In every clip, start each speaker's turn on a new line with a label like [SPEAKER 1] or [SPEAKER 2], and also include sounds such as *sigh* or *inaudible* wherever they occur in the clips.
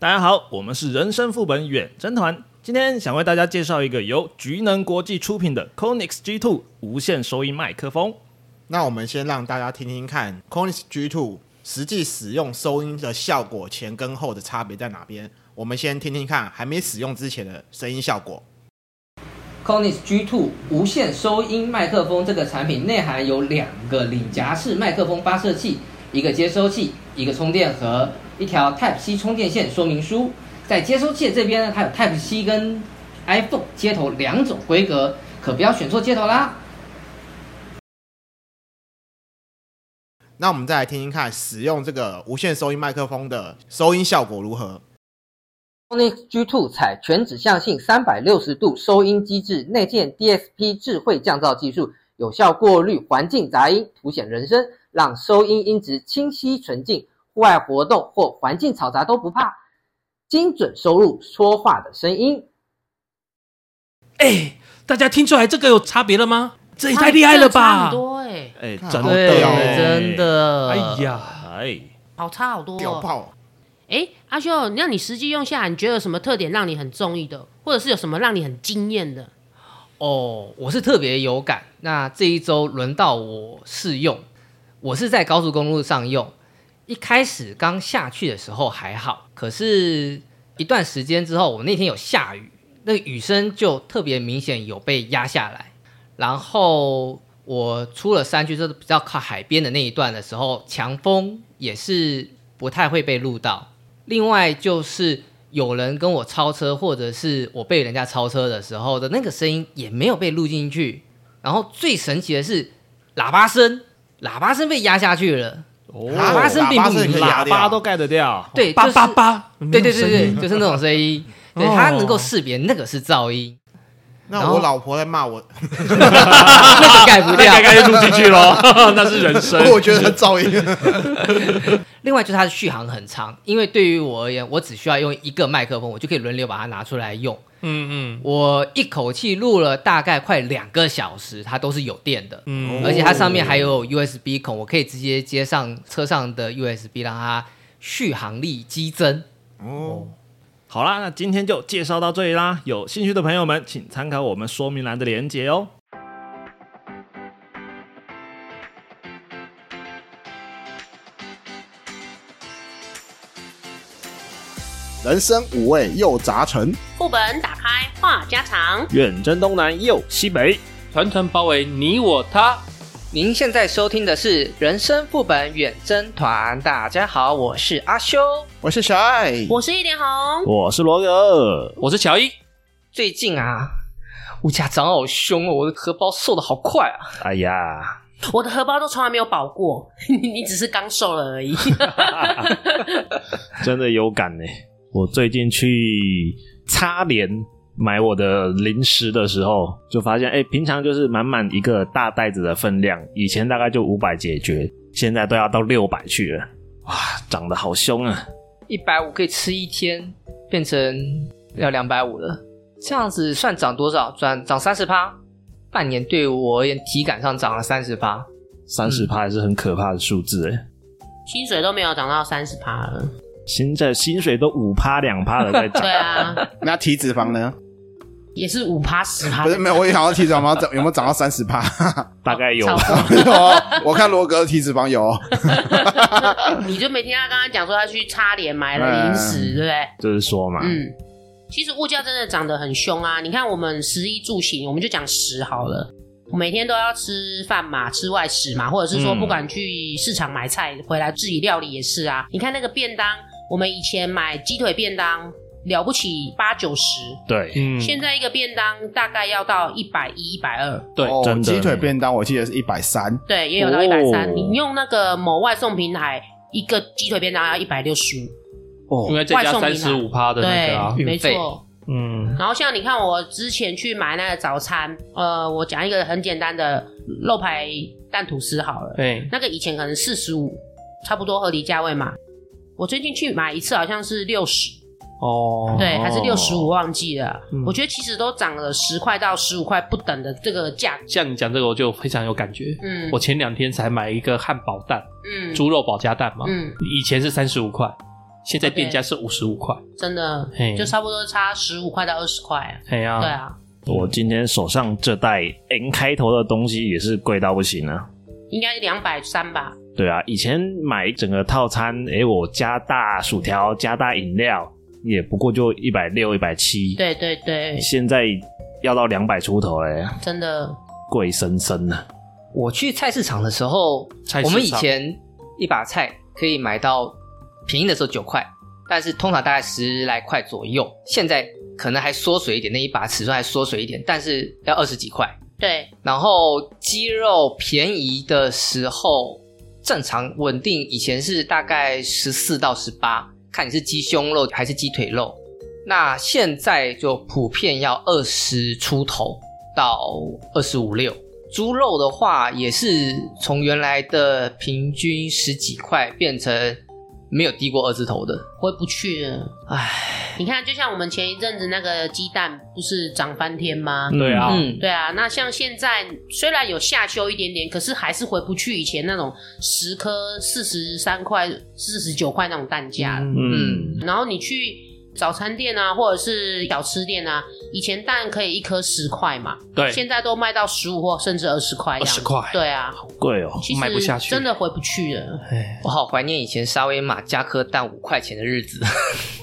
[SPEAKER 1] 大家好，我们是人生副本远征团，今天想为大家介绍一个由菊能国际出品的 c o n i x G2 无线收音麦克风。
[SPEAKER 2] 那我们先让大家听听看 c o n i x G2 实际使用收音的效果前跟后的差别在哪边。我们先听听看还没使用之前的声音效果。
[SPEAKER 3] Conis G2 无线收音麦克风这个产品内含有两个领夹式麦克风发射器、一个接收器、一个充电盒、一条 Type C 充电线说明书。在接收器的这边呢，它有 Type C 跟 iPhone 接头两种规格，可不要选错接头啦。
[SPEAKER 2] 那我们再来听听看使用这个无线收音麦克风的收音效果如何。
[SPEAKER 3] Sony G2 采全指向性三百六十度收音机制，内建 DSP 智慧降噪技术，有效过滤环境杂音，凸显人声，让收音音质清晰纯净，户外活动或环境嘈杂都不怕，精准收录说话的声音。
[SPEAKER 4] 哎，大家听出来这个有差别了吗？这也
[SPEAKER 5] 你
[SPEAKER 4] 哎太厉害了吧！
[SPEAKER 5] 很多哎，
[SPEAKER 1] 哎、
[SPEAKER 2] 看
[SPEAKER 1] 真
[SPEAKER 2] 好
[SPEAKER 1] 的
[SPEAKER 2] 屌
[SPEAKER 1] 耶
[SPEAKER 2] 哦
[SPEAKER 5] 真，的，
[SPEAKER 4] 哎，呀，
[SPEAKER 1] 哎，
[SPEAKER 5] 好差好多
[SPEAKER 2] 屌
[SPEAKER 5] 哦。
[SPEAKER 2] 爆！
[SPEAKER 5] 哎，阿秀，那你实际用下来，你觉得有什么特点让你很中意的，或者是有什么让你很惊艳的？
[SPEAKER 6] 哦，我是特别有感。那这一周轮到我试用，我是在高速公路上用。一开始刚下去的时候还好，可是一段时间之后，我那天有下雨，那个雨声就特别明显有被压下来。然后我出了山区，就是比较靠海边的那一段的时候，强风也是不太会被录到。另外就是有人跟我超车，或者是我被人家超车的时候的那个声音也没有被录进去。然后最神奇的是喇叭声，喇叭声被压下去了。
[SPEAKER 2] 哦
[SPEAKER 6] 喇叭声并不
[SPEAKER 2] 喇叭声可以
[SPEAKER 6] 明
[SPEAKER 2] 压
[SPEAKER 1] 哦喇
[SPEAKER 2] 掉
[SPEAKER 1] 叭都盖得 *laughs* 掉。
[SPEAKER 6] 对，就
[SPEAKER 4] 哦叭
[SPEAKER 6] 是
[SPEAKER 4] 叭叭，
[SPEAKER 6] 对对对对，就是那种声音，对
[SPEAKER 4] 哦
[SPEAKER 6] 它能够识别那个是噪音，然
[SPEAKER 2] 那
[SPEAKER 6] 后
[SPEAKER 2] 我老婆在骂我，
[SPEAKER 6] 那个盖不掉
[SPEAKER 4] 大。
[SPEAKER 1] *laughs*
[SPEAKER 4] 概就录进去了，那是人生。
[SPEAKER 2] 我觉得噪音。
[SPEAKER 6] 另外就是它的续航很长，因为对于我而言，我只需要用一个麦克风，我就可以轮流把它拿出来用。
[SPEAKER 4] 嗯嗯
[SPEAKER 6] 我一口气录了大概快两个小时，它都是有电的，
[SPEAKER 4] 嗯，
[SPEAKER 6] 而且它上面还有 USB 孔，我可以直接接上车上的 USB，让它续航力激增。
[SPEAKER 2] 哦，
[SPEAKER 1] 好啦，那今天就介绍到这里啦。有兴趣的朋友们，请参考我们说明栏的连结哦。
[SPEAKER 7] 人生五味又杂陈，
[SPEAKER 8] 副本打开话家常，
[SPEAKER 1] 远征东南又西北，
[SPEAKER 4] 团团包围你我他。
[SPEAKER 6] 您现在收听的是《人生副本远征团》，大家好，我是阿修。
[SPEAKER 2] 我是小爱，
[SPEAKER 8] 我是一点红，
[SPEAKER 1] 我是罗格。
[SPEAKER 4] 我是乔伊，
[SPEAKER 6] 最近啊，物价涨好凶哦，我的荷包瘦的好快啊。
[SPEAKER 1] 哎呀，
[SPEAKER 8] 我的荷包都从来没有饱过， *laughs* 你只是刚瘦了
[SPEAKER 7] *laughs*
[SPEAKER 8] 而已。
[SPEAKER 1] *laughs* 真的有感呢、我最近去擦脸买我的零食的时候，就发现，哎、平常就是满满一个大袋子的分量，以前大概就五百解决，现在都要到六百去了。哇，涨得好凶啊！
[SPEAKER 6] 一百五可以吃一天，变成要两百五了。这样子算涨多少？涨涨三十趴，半年对我而言体感上涨了三十趴。
[SPEAKER 1] 三十趴还是很可怕的数字哎、
[SPEAKER 8] 薪水都没有涨到三十趴了，
[SPEAKER 1] 现在薪水都五趴两趴了在涨
[SPEAKER 8] *laughs* 对，啊，
[SPEAKER 7] 那体脂肪呢？
[SPEAKER 8] 也是五趴十趴
[SPEAKER 7] 不，是没有，我也想要体脂肪涨有没有涨到三
[SPEAKER 2] *laughs*
[SPEAKER 7] 十趴？
[SPEAKER 1] 大概有
[SPEAKER 8] 超过
[SPEAKER 7] 没有哦，我看罗格的体脂肪有哦。
[SPEAKER 8] 你就没听他刚刚讲说他去差点买
[SPEAKER 7] 哎
[SPEAKER 8] 了零食，对不对？
[SPEAKER 1] 就是说嘛，
[SPEAKER 8] 嗯，其实物价真的涨得很凶啊！你看我们食衣住行，我们就讲食好了。我每天都要吃饭嘛，吃外食嘛，或者是说
[SPEAKER 1] 嗯
[SPEAKER 8] 不管去市场买菜，回来自己料理也是啊。你看那个便当，我们以前买鸡腿便当了不起八九十，
[SPEAKER 1] 对，
[SPEAKER 4] 嗯
[SPEAKER 8] 现在一个便当大概要到一百一、一百二，
[SPEAKER 4] 对
[SPEAKER 7] 哦
[SPEAKER 1] 真的
[SPEAKER 7] 鸡腿便当我记得是一百三，
[SPEAKER 8] 对，也有到一百
[SPEAKER 1] 哦
[SPEAKER 8] 三。你用那个某外送平台，一个鸡腿便当要一百六十五，
[SPEAKER 6] 哦
[SPEAKER 4] 因为再加
[SPEAKER 8] 外
[SPEAKER 4] 三十
[SPEAKER 8] 送
[SPEAKER 4] 五趴的那个啊，
[SPEAKER 8] 对，没
[SPEAKER 6] 运费
[SPEAKER 8] 错。
[SPEAKER 4] 嗯，
[SPEAKER 8] 然后像你看，我之前去买那个早餐，呃，我讲一个很简单的肉排蛋吐司好了，
[SPEAKER 4] 哎，
[SPEAKER 8] 那个以前可能四十五，差不多合理价位嘛。我最近去买一次好像是六十，
[SPEAKER 4] 哦，
[SPEAKER 8] 对，还是六十五，忘记了。
[SPEAKER 4] 嗯
[SPEAKER 8] 我觉得其实都涨了十块到十五块不等的这个价格，
[SPEAKER 4] 像你讲这个，我就非常有感觉。
[SPEAKER 8] 嗯，
[SPEAKER 4] 我前两天才买一个汉堡蛋，
[SPEAKER 8] 嗯
[SPEAKER 4] 猪肉堡加蛋嘛，
[SPEAKER 8] 嗯
[SPEAKER 4] 以前是三十五块，现在电价是五十五块。
[SPEAKER 8] 真的
[SPEAKER 4] 嘿
[SPEAKER 8] 就差不多差十五块到二十块啊。
[SPEAKER 4] 哎呀、
[SPEAKER 8] 对啊，
[SPEAKER 1] 我今天手上这袋 N 开头的东西也是贵到不行啊。
[SPEAKER 8] 应该两百三吧。
[SPEAKER 1] 对啊，以前买整个套餐，诶，我加大薯条、加大饮料，也不过就一百六、一百七。
[SPEAKER 8] 对对对，
[SPEAKER 1] 现在要到两百出头、诶，
[SPEAKER 8] 真的
[SPEAKER 1] 贵生生啊！
[SPEAKER 6] 我去菜市场的时候，
[SPEAKER 4] 菜市场
[SPEAKER 6] 我们以前一把菜可以买到便宜的时候九块，但是通常大概十来块左右。现在可能还缩水一点，那一把尺寸还缩水一点，但是要二十几块。
[SPEAKER 8] 对，
[SPEAKER 6] 然后鸡肉便宜的时候，正常稳定以前是大概十四到十八，看你是鸡胸肉还是鸡腿肉。那现在就普遍要二十出头到二十五六。猪肉的话，也是从原来的平均十几块变成没有低过二字头的。
[SPEAKER 8] 回不去了。
[SPEAKER 6] 唉，
[SPEAKER 8] 你看，就像我们前一阵子那个鸡蛋不是涨翻天吗？
[SPEAKER 4] 对啊，
[SPEAKER 6] 嗯，
[SPEAKER 8] 对啊，那像现在虽然有下修一点点，可是还是回不去以前那种十颗四十三块、四十九块那种蛋价了。
[SPEAKER 1] 嗯，
[SPEAKER 8] 然后你去早餐店啊，或者是小吃店啊，以前蛋可以一颗十块嘛，
[SPEAKER 4] 对，
[SPEAKER 8] 现在都卖到十五或甚至二十块这样子。
[SPEAKER 4] 20块
[SPEAKER 8] 对啊，
[SPEAKER 1] 贵哦、
[SPEAKER 8] 其实
[SPEAKER 4] 卖不下去
[SPEAKER 8] 真的回不去了。
[SPEAKER 6] 我好怀念以前沙威玛加颗蛋五块钱的日子。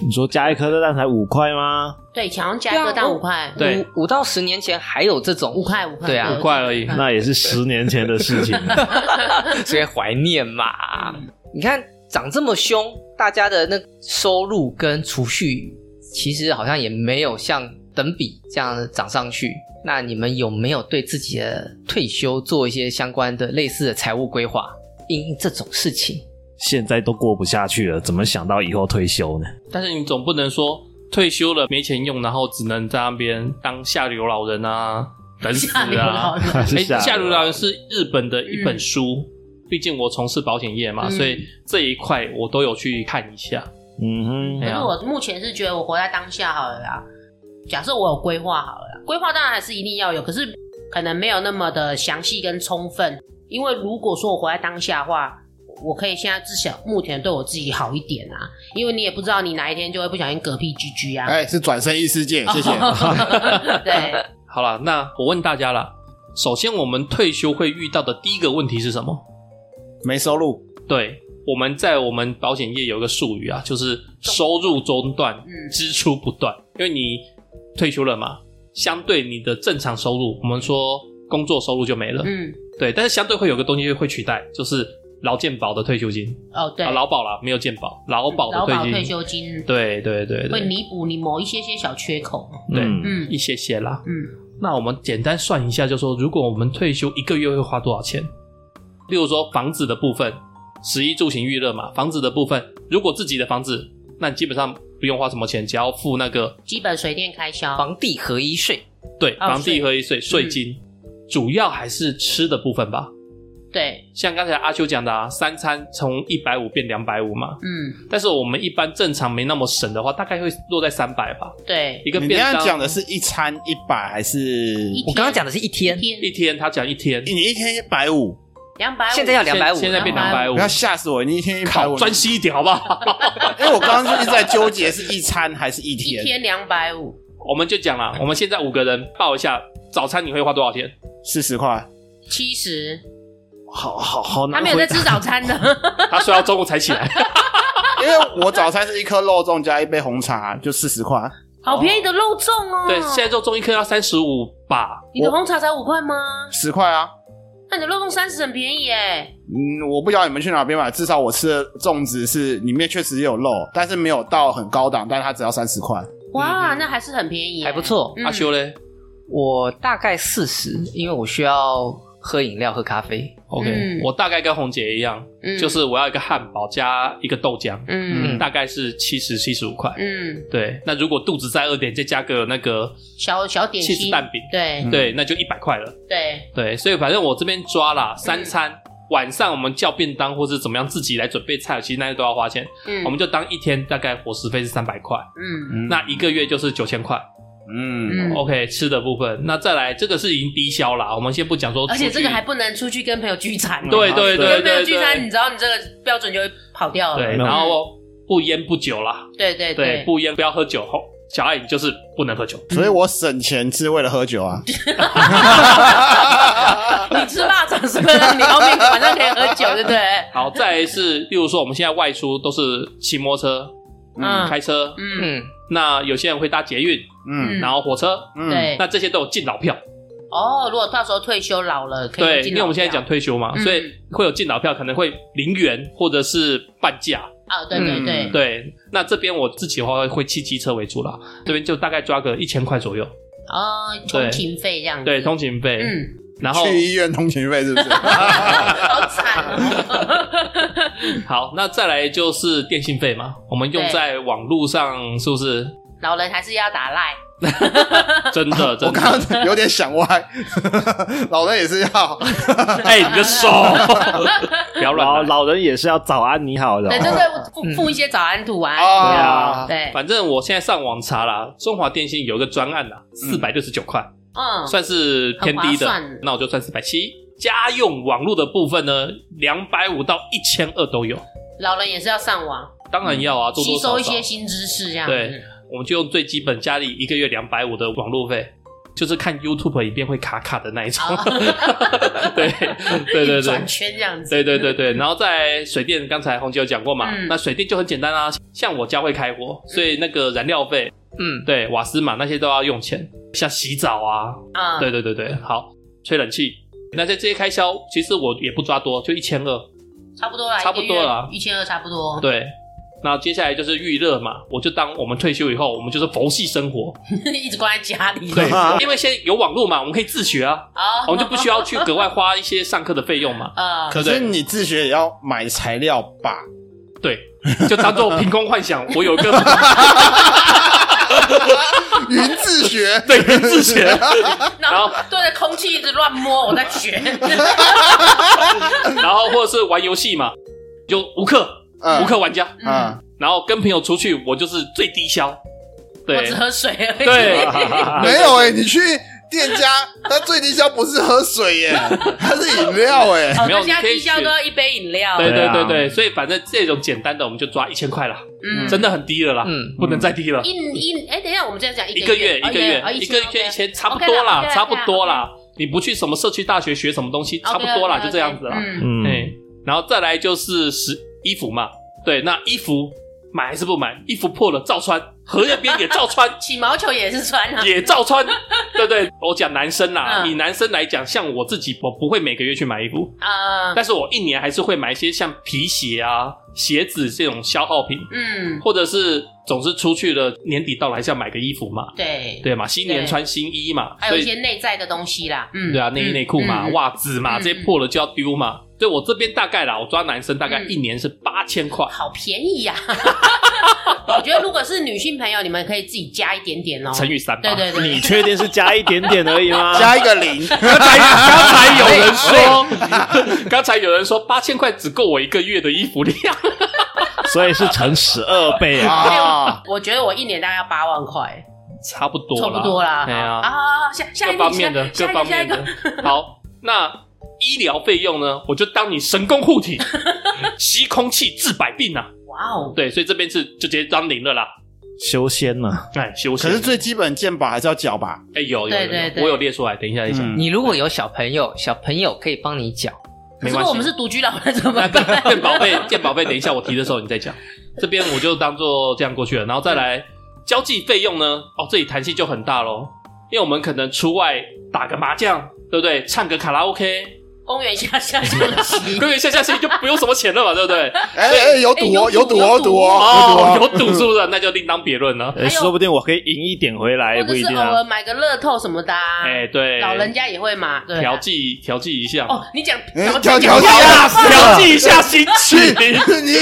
[SPEAKER 1] 你说加一颗蛋才五块吗？
[SPEAKER 8] 对，想要加一个
[SPEAKER 6] 对啊
[SPEAKER 8] 蛋
[SPEAKER 6] 我
[SPEAKER 8] 五块，
[SPEAKER 4] 对
[SPEAKER 6] 五五到十年前还有这种
[SPEAKER 8] 五块五块，
[SPEAKER 6] 对啊
[SPEAKER 4] 五块而已
[SPEAKER 8] 嗯
[SPEAKER 1] 那也是十年前的事
[SPEAKER 8] *laughs*
[SPEAKER 1] 情了。
[SPEAKER 6] *laughs* 所以怀念嘛。
[SPEAKER 4] 啊
[SPEAKER 6] 你看涨这么凶，大家的那收入跟储蓄其实好像也没有像等比这样涨上去。那你们有没有对自己的退休做一些相关的类似的财务规划？因应这种事情，
[SPEAKER 1] 现在都过不下去了，怎么想到以后退休呢？
[SPEAKER 4] 但是你总不能说退休了没钱用，然后只能在那边当下流老人啊，等死
[SPEAKER 8] 下流老
[SPEAKER 4] 啊。
[SPEAKER 8] 人
[SPEAKER 1] 还是
[SPEAKER 4] 哎，
[SPEAKER 1] 下
[SPEAKER 4] 下流老人是日本的一本书，毕竟我从事保险业嘛，
[SPEAKER 8] 嗯
[SPEAKER 4] 所以这一块我都有去看一下。
[SPEAKER 1] 嗯哼，
[SPEAKER 4] 哎
[SPEAKER 8] 可
[SPEAKER 4] 呀
[SPEAKER 8] 是我目前是觉得我活在当下好了啦。假设我有规划好了啦，规划当然还是一定要有，可是可能没有那么的详细跟充分。因为如果说我活在当下的话，我可以现在至少目前对我自己好一点啊，因为你也不知道你哪一天就会不小心嗝屁居居啊。
[SPEAKER 7] 哎，是转身异世界，谢
[SPEAKER 2] *laughs*
[SPEAKER 7] 谢。
[SPEAKER 6] *laughs*
[SPEAKER 8] 对，
[SPEAKER 4] 好了，那我问大家了，首先我们退休会遇到的第一个问题是什么？
[SPEAKER 7] 没收入，
[SPEAKER 4] 对，我们在我们保险业有一个术语啊，就是收入中断，
[SPEAKER 8] 嗯
[SPEAKER 4] 支出不断。因为你退休了嘛，相对你的正常收入，我们说工作收入就没了，
[SPEAKER 8] 嗯，
[SPEAKER 4] 对。但是相对会有个东西会取代，就是劳健保的退休金
[SPEAKER 8] 哦对，
[SPEAKER 4] 啊，劳保啦，没有健保，劳保的
[SPEAKER 8] 劳保
[SPEAKER 4] 金。
[SPEAKER 8] 退休金
[SPEAKER 4] 对对对
[SPEAKER 8] 会
[SPEAKER 4] 对，
[SPEAKER 8] 弥补你某一些些小缺口。
[SPEAKER 4] 对
[SPEAKER 1] 嗯
[SPEAKER 8] 嗯
[SPEAKER 4] 一些些啦。
[SPEAKER 8] 嗯，
[SPEAKER 4] 那我们简单算一下，就说如果我们退休一个月会花多少钱？例如说房子的部分，食衣住行娱乐嘛，房子的部分，如果自己的房子，那你基本上不用花什么钱，只要付那个
[SPEAKER 8] 基本水电开销。
[SPEAKER 6] 房地合一税，
[SPEAKER 4] 对
[SPEAKER 8] 啊
[SPEAKER 4] 房地
[SPEAKER 8] 税
[SPEAKER 4] 合一税税金，主要还是吃的部分吧。
[SPEAKER 8] 对，
[SPEAKER 4] 像刚才阿秋讲的啊，三餐从一百五变两百五嘛，
[SPEAKER 8] 嗯，
[SPEAKER 4] 但是我们一般正常没那么省的话，大概会落在三百吧。
[SPEAKER 8] 对，
[SPEAKER 4] 一个
[SPEAKER 7] 你这
[SPEAKER 4] 便
[SPEAKER 7] 样
[SPEAKER 4] 当
[SPEAKER 7] 讲的是一餐一百还
[SPEAKER 4] 嗯
[SPEAKER 7] 是？
[SPEAKER 8] 一
[SPEAKER 6] 我刚刚讲的是一天，
[SPEAKER 8] 天
[SPEAKER 4] 一天，他讲一天，
[SPEAKER 7] 你一天一百五，
[SPEAKER 8] 两百，
[SPEAKER 6] 现在要两百五，啊
[SPEAKER 4] 现在变两百
[SPEAKER 8] 250
[SPEAKER 4] 五
[SPEAKER 7] 不，要吓死我！你一天一百
[SPEAKER 4] 靠，
[SPEAKER 7] 五，
[SPEAKER 4] 专心一点好不好？ *laughs*
[SPEAKER 7] 因为我刚刚就一直在纠结是一餐 *laughs* 还是一
[SPEAKER 8] 一
[SPEAKER 7] 天。
[SPEAKER 8] 天两百五，
[SPEAKER 4] 我们就讲啦，我们现在五个人报一下早餐你会花多少钱？
[SPEAKER 7] 四十块，
[SPEAKER 8] 七十，
[SPEAKER 7] 好好好
[SPEAKER 8] 他
[SPEAKER 7] 难
[SPEAKER 8] 没有
[SPEAKER 7] 回答，
[SPEAKER 8] 在吃早餐的，
[SPEAKER 4] 他睡到中午才起来，
[SPEAKER 7] *laughs* 因为我早餐是一颗肉粽加一杯红茶，就四十块。
[SPEAKER 8] *laughs* 好便宜的肉粽哦。
[SPEAKER 4] 对，现在肉粽一颗要三十五吧，
[SPEAKER 8] 你的红茶才五块吗？
[SPEAKER 7] 十块啊。
[SPEAKER 8] 那你的肉粽三十很便宜哎。
[SPEAKER 7] 嗯，我不晓得你们去哪边买，至少我吃的粽子是里面确实有肉，但是没有到很高档，但是它只要三十块。嗯
[SPEAKER 8] 哇，那还是很便宜耶，
[SPEAKER 6] 还不错。
[SPEAKER 8] 嗯。
[SPEAKER 4] 阿修嘞
[SPEAKER 6] 我大概四十，因为我需要喝饮料、喝咖啡。
[SPEAKER 4] ，OK，、
[SPEAKER 8] 嗯
[SPEAKER 4] 我大概跟红姐一样，
[SPEAKER 8] 嗯
[SPEAKER 4] 就是我要一个汉堡加一个豆浆，
[SPEAKER 8] 嗯
[SPEAKER 4] 大概是七十七十五块。
[SPEAKER 8] 嗯，
[SPEAKER 4] 对，那如果肚子再饿点，再加个那个
[SPEAKER 8] 小小点
[SPEAKER 4] 起司
[SPEAKER 8] 心，
[SPEAKER 4] 蛋饼，
[SPEAKER 8] 对
[SPEAKER 4] 对，那就一百块了。
[SPEAKER 8] 对，
[SPEAKER 4] 对，所以反正我这边抓啦，
[SPEAKER 8] 嗯
[SPEAKER 4] 三餐、晚上我们叫便当或是怎么样自己来准备菜，其实那些都要花钱。
[SPEAKER 8] 嗯，
[SPEAKER 4] 我们就当一天大概伙食费是三百块，
[SPEAKER 8] 嗯
[SPEAKER 4] 那一个月就是九千块。
[SPEAKER 7] 嗯，
[SPEAKER 8] 嗯，
[SPEAKER 4] OK，吃的部分，那再来这个是已经低消啦，我们先不讲说出
[SPEAKER 8] 而
[SPEAKER 4] 去，
[SPEAKER 8] 且这个还不能出去跟朋友聚餐，
[SPEAKER 4] 对对
[SPEAKER 8] 跟
[SPEAKER 4] 对
[SPEAKER 8] 朋
[SPEAKER 4] 对
[SPEAKER 8] 友
[SPEAKER 4] 对
[SPEAKER 8] 聚餐，你知道你这个标准就会跑掉了，
[SPEAKER 4] 对，
[SPEAKER 1] 没有
[SPEAKER 4] 然后不烟不酒啦，
[SPEAKER 8] 对对
[SPEAKER 4] 对，
[SPEAKER 8] 对，
[SPEAKER 4] 不烟不要喝酒。吼小爱你就是不能
[SPEAKER 8] *laughs*
[SPEAKER 4] 喝酒，
[SPEAKER 7] 所以我省钱是为了喝酒啊。
[SPEAKER 8] 你吃蚂蚱是为了你后面晚上可以喝酒，对
[SPEAKER 4] *laughs*
[SPEAKER 8] 不对？
[SPEAKER 4] 好，再来是，例如说我们现在外出都是骑摩托车、
[SPEAKER 8] 嗯
[SPEAKER 4] 开车，
[SPEAKER 8] 嗯，
[SPEAKER 6] 嗯，
[SPEAKER 4] 那有些人会搭捷运，
[SPEAKER 7] 嗯
[SPEAKER 8] 嗯
[SPEAKER 4] 然后火车，
[SPEAKER 7] 嗯，
[SPEAKER 8] 对。
[SPEAKER 4] 那这些都有敬老票。
[SPEAKER 8] 哦，如果到时候退休老了，可
[SPEAKER 4] 对，
[SPEAKER 8] 以进
[SPEAKER 4] 因
[SPEAKER 8] 老
[SPEAKER 4] 为我们现在
[SPEAKER 8] 票
[SPEAKER 4] 讲退休嘛，
[SPEAKER 8] 嗯
[SPEAKER 4] 所以会有敬老票，可能会零元或者是半价。
[SPEAKER 8] 啊，对对对，
[SPEAKER 4] 嗯对，那这边我自己的话会骑机车为主啦，这边就大概抓个一千块左右，
[SPEAKER 8] 哦，通勤费这样子，
[SPEAKER 4] 对，通勤费。
[SPEAKER 8] 嗯，
[SPEAKER 4] *laughs* 然后
[SPEAKER 7] 去医院通勤费是不是？
[SPEAKER 8] 好惨
[SPEAKER 4] *laughs*
[SPEAKER 8] 哦，
[SPEAKER 4] 好，那再来就是电信费嘛，我们用
[SPEAKER 8] 对
[SPEAKER 4] 在网络上是
[SPEAKER 8] *laughs*
[SPEAKER 4] 不是？
[SPEAKER 8] 老人还是要打赖，
[SPEAKER 4] 真的，
[SPEAKER 7] *laughs* *laughs* 我
[SPEAKER 4] 真的。
[SPEAKER 7] 刚刚有点想歪， *laughs* 老人也是要，
[SPEAKER 4] 哎、你的手 *laughs* 不要
[SPEAKER 1] 老
[SPEAKER 4] 乱来。
[SPEAKER 1] 老人也是要早安你好的哦、
[SPEAKER 8] 对对对，
[SPEAKER 4] 嗯
[SPEAKER 8] 附附一些早安
[SPEAKER 4] 哦
[SPEAKER 8] 图案，
[SPEAKER 7] 啊
[SPEAKER 8] 对，
[SPEAKER 4] 反正我现在上网查啦，中华电信有一个专案啦，四百六十九块，
[SPEAKER 8] 嗯，
[SPEAKER 4] 算是偏低
[SPEAKER 8] 很划
[SPEAKER 4] 的
[SPEAKER 8] 算，
[SPEAKER 4] 那我就算四百七。家用网络的部分呢，两百五到一千二都有，
[SPEAKER 8] 老人也是要上网
[SPEAKER 4] 当然要啊，
[SPEAKER 8] 嗯
[SPEAKER 4] 多
[SPEAKER 8] 吸
[SPEAKER 4] 多少
[SPEAKER 8] 收
[SPEAKER 4] 少。
[SPEAKER 8] 一些新知识这样
[SPEAKER 4] 对
[SPEAKER 8] 子，
[SPEAKER 4] 我们就用最基本，家里一个月两百五的网络费，就是看 YouTube 影片会卡卡的那一种。
[SPEAKER 8] 啊
[SPEAKER 4] *laughs* 对对对对
[SPEAKER 8] 哦转。圈这样子，
[SPEAKER 4] 对对对对，然后在水电，刚才红姐有讲过嘛，
[SPEAKER 8] 嗯
[SPEAKER 4] 那水电就很简单啊，像我家会开火，所以那个燃料费，
[SPEAKER 6] 嗯，
[SPEAKER 4] 对瓦斯嘛那些都要用钱，像洗澡啊，
[SPEAKER 8] 啊，
[SPEAKER 4] 对对对对，好，吹冷气，那在这些开销，其实我也不抓多，就一千二，
[SPEAKER 8] 啊差不多啦，
[SPEAKER 4] 差不多啦
[SPEAKER 8] 一千二差不多，
[SPEAKER 4] 对。那接下来就是预热嘛，我就当我们退休以后，我们就是佛系
[SPEAKER 8] *laughs*
[SPEAKER 4] 生活，
[SPEAKER 8] *laughs* 一直关在家里，
[SPEAKER 4] 对，因为现在有网络嘛，我们可以自学啊，
[SPEAKER 8] 啊，
[SPEAKER 4] 我们就不需要去格外花一些上课的费用嘛，
[SPEAKER 8] *laughs*
[SPEAKER 7] *laughs*
[SPEAKER 8] 呃，
[SPEAKER 7] 可
[SPEAKER 4] 对
[SPEAKER 7] 是你自学也要买材料 *laughs* 吧？
[SPEAKER 4] 对，就当做凭空
[SPEAKER 8] *laughs*
[SPEAKER 4] 幻想，我有一个，
[SPEAKER 7] 云自学
[SPEAKER 4] 对人自学。
[SPEAKER 8] 然后对着空气一直乱摸，我在学，
[SPEAKER 4] 然后或者是玩游戏嘛，就无氪
[SPEAKER 7] 嗯
[SPEAKER 4] 无氪玩家，
[SPEAKER 7] 嗯，
[SPEAKER 4] 然后跟朋友出去，我就是最低消，
[SPEAKER 8] *laughs* 我
[SPEAKER 4] *laughs* 对
[SPEAKER 8] 只喝水而已，
[SPEAKER 4] 对
[SPEAKER 8] *laughs*
[SPEAKER 1] 啊
[SPEAKER 7] 没有哎，你去店家，他最低消不是喝水耶，他是饮料哎。
[SPEAKER 8] 哦，
[SPEAKER 4] 没有
[SPEAKER 8] 那现在
[SPEAKER 4] 你可以
[SPEAKER 8] 低消
[SPEAKER 4] 选
[SPEAKER 8] 都要一杯饮料，
[SPEAKER 4] 对
[SPEAKER 1] 对
[SPEAKER 4] 对
[SPEAKER 1] 啊
[SPEAKER 4] 对对，所以反正这种简单的我们就抓一千块啦，
[SPEAKER 8] 嗯，
[SPEAKER 4] 真的很低了啦，
[SPEAKER 6] 嗯
[SPEAKER 4] 不能再低了，
[SPEAKER 8] 一一哎，等一下，我们这样讲
[SPEAKER 4] 一
[SPEAKER 8] 个
[SPEAKER 4] 个月一个月
[SPEAKER 8] 哦
[SPEAKER 4] 一
[SPEAKER 8] 一
[SPEAKER 4] 个月一千差不多啦，嗯差不多，啦，你不去什么社区大学学什么东西，差不多啦，就这样子啦，
[SPEAKER 8] 嗯，
[SPEAKER 1] *laughs* 嗯，
[SPEAKER 4] 哎，然后再来就是十衣服嘛，对，那衣服买还是不买？衣服破了照穿，荷叶边也照 *laughs* 穿。
[SPEAKER 8] 起毛球也是穿啊，
[SPEAKER 4] 也照穿，对不对？我讲男生啦，
[SPEAKER 8] 嗯
[SPEAKER 4] 以男生来讲，像我自己，我不会每个月去买衣服，
[SPEAKER 8] 啊，
[SPEAKER 4] 但是我一年还是会买一些像皮鞋啊、鞋子这种消耗品，
[SPEAKER 8] 嗯，
[SPEAKER 4] 或者是总是出去了，年底到了还是要买个衣服嘛，
[SPEAKER 8] 对，
[SPEAKER 4] 对嘛？新年
[SPEAKER 8] 对
[SPEAKER 4] 穿新衣嘛，
[SPEAKER 8] 还有
[SPEAKER 4] 所
[SPEAKER 8] 一
[SPEAKER 4] 以
[SPEAKER 8] 些内在的东西啦，嗯，
[SPEAKER 4] 对啊，内衣内裤嘛、
[SPEAKER 8] 嗯嗯
[SPEAKER 4] 袜子嘛，
[SPEAKER 8] 嗯
[SPEAKER 4] 这些破了就要丢嘛。对我这边大概啦，我抓男生大概
[SPEAKER 8] 嗯哦
[SPEAKER 4] 一年是八千块，
[SPEAKER 8] 好便宜呀。 *laughs* 我觉得如果是女性朋友，你们可以自己加一点点哦。
[SPEAKER 4] 乘以三吧。
[SPEAKER 8] 对对
[SPEAKER 1] *laughs*
[SPEAKER 8] 对
[SPEAKER 1] 你，确定是加一点点而已 *laughs* 吗？
[SPEAKER 7] 加一个零，
[SPEAKER 4] 刚才刚才有人
[SPEAKER 8] 哎
[SPEAKER 4] 说， *laughs* 刚才有人说八千块只够我一个月的衣服量。 *laughs*
[SPEAKER 1] 所以是乘十二倍啊！
[SPEAKER 7] 啊，
[SPEAKER 8] 我觉得我一年大概要八万块，
[SPEAKER 4] 差不多
[SPEAKER 8] 差不多啦。
[SPEAKER 4] 对
[SPEAKER 8] 好
[SPEAKER 4] 啊，
[SPEAKER 8] 好，好下下
[SPEAKER 4] 各
[SPEAKER 8] 一
[SPEAKER 4] 方
[SPEAKER 8] 个，
[SPEAKER 4] 面的
[SPEAKER 8] 下
[SPEAKER 4] 各
[SPEAKER 8] 一
[SPEAKER 4] 方
[SPEAKER 8] 个，下
[SPEAKER 4] 面
[SPEAKER 8] 一个
[SPEAKER 4] 的。。 *laughs* 好，那医疗费用呢？我就当你神
[SPEAKER 8] *laughs*
[SPEAKER 4] 功护体，吸空气治百病啊。
[SPEAKER 8] 哇哦，
[SPEAKER 4] 对，所以这边是就直接当零了啦。
[SPEAKER 1] 修仙嘛，
[SPEAKER 4] 哎，休息。
[SPEAKER 7] 可是最基本健保还是要缴吧？
[SPEAKER 4] 哎，有有
[SPEAKER 8] 对
[SPEAKER 4] 有
[SPEAKER 8] 对
[SPEAKER 4] 有，
[SPEAKER 8] 对
[SPEAKER 4] 我有列出来，等一下等一下， *laughs*
[SPEAKER 7] 嗯
[SPEAKER 6] 你如果有小朋友，小朋友可以帮你缴，
[SPEAKER 4] 没
[SPEAKER 8] 如果
[SPEAKER 4] 关系。
[SPEAKER 8] 我们是独居老人怎
[SPEAKER 4] *laughs*
[SPEAKER 8] 么办？
[SPEAKER 4] 健宝贝，健宝贝，等一啊下我提的时候你再讲。这边我就当做这样过去了，然后再来交际费用呢？哦，这里弹性就很大喽，因为我们可能出外打个麻将，对不对？唱个卡拉
[SPEAKER 8] *laughs*
[SPEAKER 4] OK，
[SPEAKER 8] 公园下下象棋，
[SPEAKER 4] 对，下下棋就不用什么钱了嘛，对不
[SPEAKER 8] *laughs*
[SPEAKER 4] 对？
[SPEAKER 7] 哎哎，有赌哦，
[SPEAKER 8] 哎有
[SPEAKER 7] 有
[SPEAKER 8] 赌
[SPEAKER 7] 赌哦，有赌
[SPEAKER 4] 哦
[SPEAKER 7] 哦，，
[SPEAKER 4] 有赌是不是？那就另当别论了。
[SPEAKER 1] 呃说不定我可以赢一点回来，也
[SPEAKER 8] 或
[SPEAKER 1] 不
[SPEAKER 8] 者
[SPEAKER 1] 一
[SPEAKER 8] 是
[SPEAKER 1] 定
[SPEAKER 8] 偶
[SPEAKER 1] 啊
[SPEAKER 8] 尔。买个乐透什么的啊。
[SPEAKER 4] 哎，对，
[SPEAKER 8] 老人家也会嘛，对啊。
[SPEAKER 4] 调剂调剂一下，
[SPEAKER 8] 哦，你讲
[SPEAKER 7] 哎调
[SPEAKER 8] 调
[SPEAKER 7] 调
[SPEAKER 8] 调
[SPEAKER 7] 剂
[SPEAKER 8] 啊，
[SPEAKER 7] 啊
[SPEAKER 4] 调剂一下心
[SPEAKER 8] *laughs*
[SPEAKER 4] 情。
[SPEAKER 7] 是你，